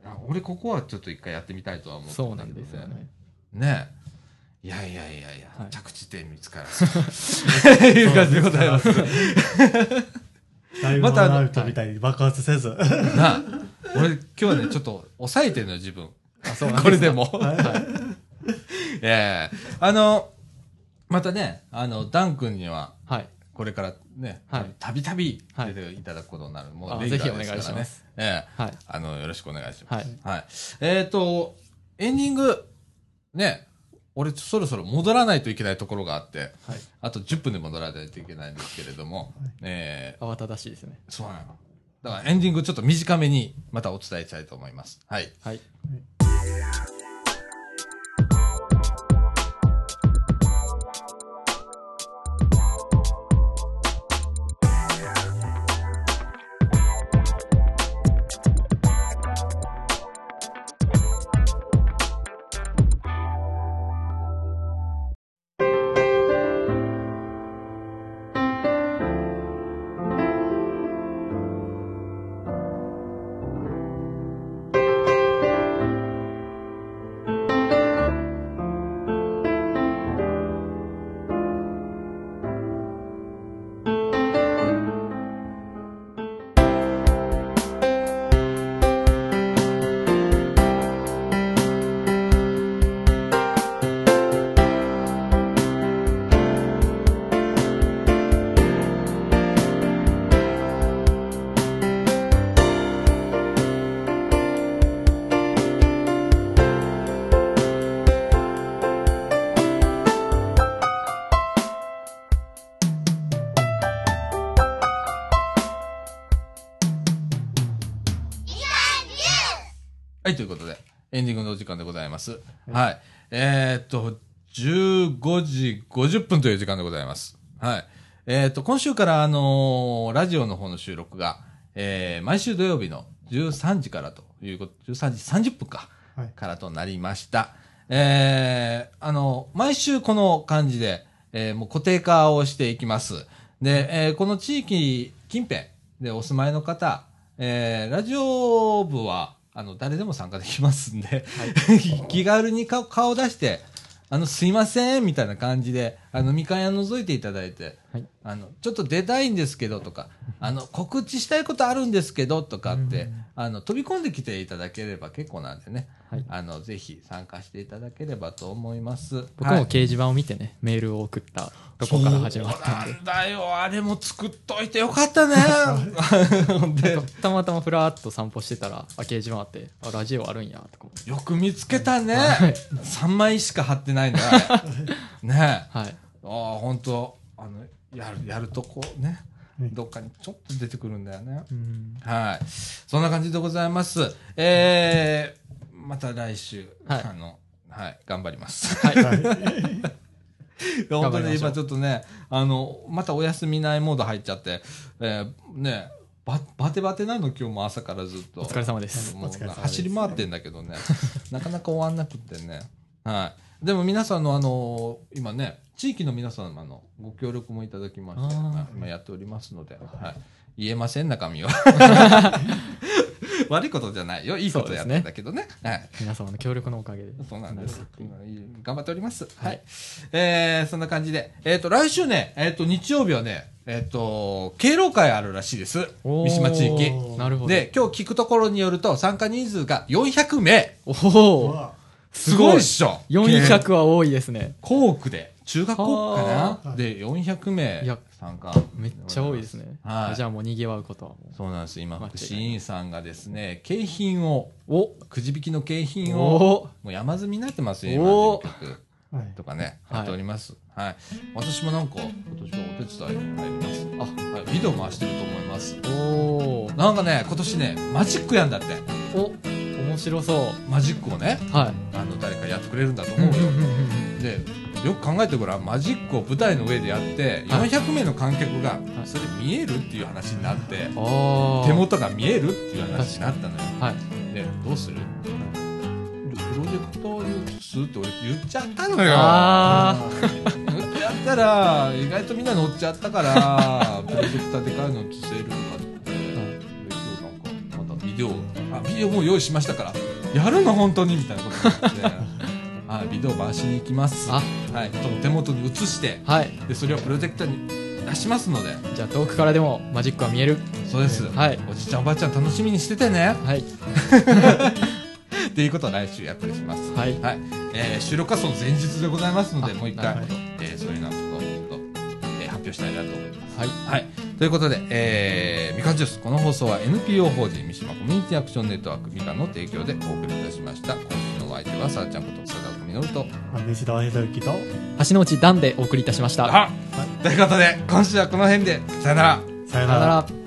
Speaker 1: あ俺ここはちょっと一回やってみたいとは思って
Speaker 3: そうなんですよね。
Speaker 1: ねえいやいやいやいや、
Speaker 3: はい
Speaker 1: 着地点見つから ず いう感じでございます。
Speaker 2: ダイブ
Speaker 1: ま
Speaker 2: の
Speaker 1: たあの
Speaker 2: ナウトみたいに爆発せず。は
Speaker 1: なあ俺今日はね、ちょっと抑えてんのよ、自分。
Speaker 3: あそうなんです
Speaker 1: これでも。
Speaker 2: い。
Speaker 1: ええあの、またね、あの、ダン君には、
Speaker 3: はい
Speaker 1: これからね
Speaker 3: はい、
Speaker 1: たびたび出ていただくことになる、も
Speaker 3: あ
Speaker 1: うレギュラー
Speaker 3: ぜひお願
Speaker 1: で
Speaker 3: い
Speaker 1: すか
Speaker 3: し
Speaker 1: ら
Speaker 3: ま
Speaker 1: ね
Speaker 3: す。
Speaker 1: ええ
Speaker 3: はい
Speaker 1: あの、よろしくお願いしま
Speaker 3: は
Speaker 1: す。
Speaker 3: い
Speaker 1: はい。えっと、エンディング、ね、俺そろそろ戻らないといけないところがあって、
Speaker 3: はい
Speaker 1: あと10分で戻らないといけないんですけれども、ええ
Speaker 3: 慌ただしいですよね
Speaker 1: そうなの。だからエンディングちょっと短めにまたお伝えしたいと思います。はい。
Speaker 3: はい
Speaker 1: はい、ということで、エンディングのお時間でございます。はい。えーっと、15時50分という時間でございます。はい。ええっ、と、今週から、あのーラジオの方の収録が、えー毎週土曜日の13時からということ、13時30分か、
Speaker 2: はい
Speaker 1: からとなりました。えーあの、毎週この感じで、えーもう固定化をしていきます。で、えーこの地域近辺でお住まいの方、えーラジオ部は、あの、誰でも参加できますんで、 気軽に顔顔出して、あの、すいません、みたいな感じで、あの、みかん屋覗いていただいて、
Speaker 3: はい
Speaker 1: あの、ちょっと出たいんですけどとか、あの、告知したいことあるんですけどとかって、あの、飛び込んできていただければ結構なんでね、
Speaker 3: はい
Speaker 1: あの、ぜひ参加していただければと思います。
Speaker 3: 僕
Speaker 1: はい
Speaker 3: も掲示板を見てね、メールを送ったとこから始まった
Speaker 1: そ
Speaker 3: ん
Speaker 1: う
Speaker 3: で
Speaker 1: なんだよ、あれも作っといてよかった ね。ほんで
Speaker 3: なんかたまたまふらーっと散歩してたらあ掲示板あってあラジオあるんやとか思って
Speaker 1: よく見つけたね
Speaker 3: はい。
Speaker 1: 3枚しか貼ってないんだ。あれねえ。
Speaker 3: はい
Speaker 1: ああ、本当あの、やる、やるとこね。
Speaker 2: ね
Speaker 1: どっかにちょっと出てくるんだよね。
Speaker 3: うん
Speaker 1: はい。そんな感じでございます。えー、また来週、
Speaker 3: はい
Speaker 1: あの、はい、頑張ります。
Speaker 2: はい。
Speaker 1: 本当
Speaker 3: 頑張り
Speaker 1: に
Speaker 3: ましょう
Speaker 1: 今ちょっとね、あの、またお休みないモード入っちゃって、えー、ね、ババテバテなの今日も朝からずっと。
Speaker 3: お疲れ様です
Speaker 1: も
Speaker 2: お疲れ様
Speaker 1: う
Speaker 2: です
Speaker 1: 走り回ってんだけどね、 なかなか終わんなくってね。はい。でも皆さんのあの、今ね、地域の皆様のご協力もいただきまして、
Speaker 3: あー
Speaker 1: はい今やっておりますので、はい。言えません、 中身は。悪いことじゃないよ。いいことやったんだけどね。はい。
Speaker 3: 皆様の協力のおかげで
Speaker 1: そうなんです。今いい頑張っております。はい。
Speaker 3: はい
Speaker 1: えー、そんな感じで。えっ、と、来週ね、えっ、と、日曜日はね、えっ、と、敬老会あるらしいです。
Speaker 3: おー
Speaker 1: 三島地域。
Speaker 3: なるほど
Speaker 1: で、今日聞くところによると、参加人数が400名。
Speaker 3: お
Speaker 2: う
Speaker 3: お
Speaker 2: わ
Speaker 1: すごいっしょ。敬
Speaker 3: 400は多いですね
Speaker 1: 校区で、中学校区か
Speaker 3: は
Speaker 1: な
Speaker 2: ー
Speaker 1: で、400名
Speaker 3: いや
Speaker 1: 参加。
Speaker 3: めっちゃ多いですね、
Speaker 1: はい
Speaker 3: じゃあもう賑わうことはも
Speaker 1: そうなんです。今、
Speaker 3: 間違いない
Speaker 1: 福祉委員さんがですね、景品を、
Speaker 3: うお
Speaker 1: くじ引きの景品を、
Speaker 3: お
Speaker 1: もう山積みになってますよ、今、
Speaker 3: お
Speaker 1: 事
Speaker 3: ー
Speaker 1: 務局
Speaker 2: はい
Speaker 1: とかね、
Speaker 3: はい
Speaker 1: やっております。はい。私もなんか、今年はお手伝いに入ります。あ、はい、ビデオ回してると思います。
Speaker 3: おー
Speaker 1: なんかね、今年ね、マジックやんだって。
Speaker 3: お面白そう
Speaker 1: マジックをね、
Speaker 3: は
Speaker 1: あの、誰かやってくれるんだと
Speaker 3: い
Speaker 1: 思うよ。で、よく考えてごらん、マジックを舞台の上でやって、
Speaker 3: はい
Speaker 1: 400名の観客が、
Speaker 3: い
Speaker 1: それ見えるっていう話になって、
Speaker 3: ああ
Speaker 1: 手元が見えるっていう話になったのよ。
Speaker 3: はい
Speaker 1: で、どうするプロジェクトをするって俺言っちゃったのよ。
Speaker 3: あ
Speaker 1: 乗っちゃったら意外とみんな乗っちゃった からプロジェクターでかいの映せるとかって、で今日なんかまたビデオあビデオもう用意しましたからやるの本当にみたいなことになって はいビデオ回しに行きます
Speaker 3: あ
Speaker 1: はい、ちょっと手元に映して
Speaker 3: はい
Speaker 1: でそれをプロジェクターに出しますので
Speaker 3: じゃあ遠くからでもマジックは見える
Speaker 1: そうです、
Speaker 3: はい
Speaker 1: おじいちゃんおばあちゃん楽しみにしててね
Speaker 3: はい
Speaker 1: っていうことは来週やったりします
Speaker 3: はい
Speaker 1: えー収録はその前日でございますので
Speaker 3: あ
Speaker 1: もう一
Speaker 3: な
Speaker 1: 回
Speaker 3: るほど、
Speaker 1: えーそういうようなことをちょっと、えー発表したいなと思います
Speaker 3: はい
Speaker 1: はい。ということで、えー、みかんジュース、この放送は NPO 法人三島コミュニティアクションネットワークみかんの提供でお送りいたしました。今週のお相手は、さあちゃんこと、さだこみのると。
Speaker 2: 西田秀之と。
Speaker 3: 橋の内段でお送りいたしました
Speaker 1: あということで、今週はこの辺で、さよなら。
Speaker 2: さよ
Speaker 3: さ
Speaker 2: な
Speaker 3: よ
Speaker 2: ら。
Speaker 3: なら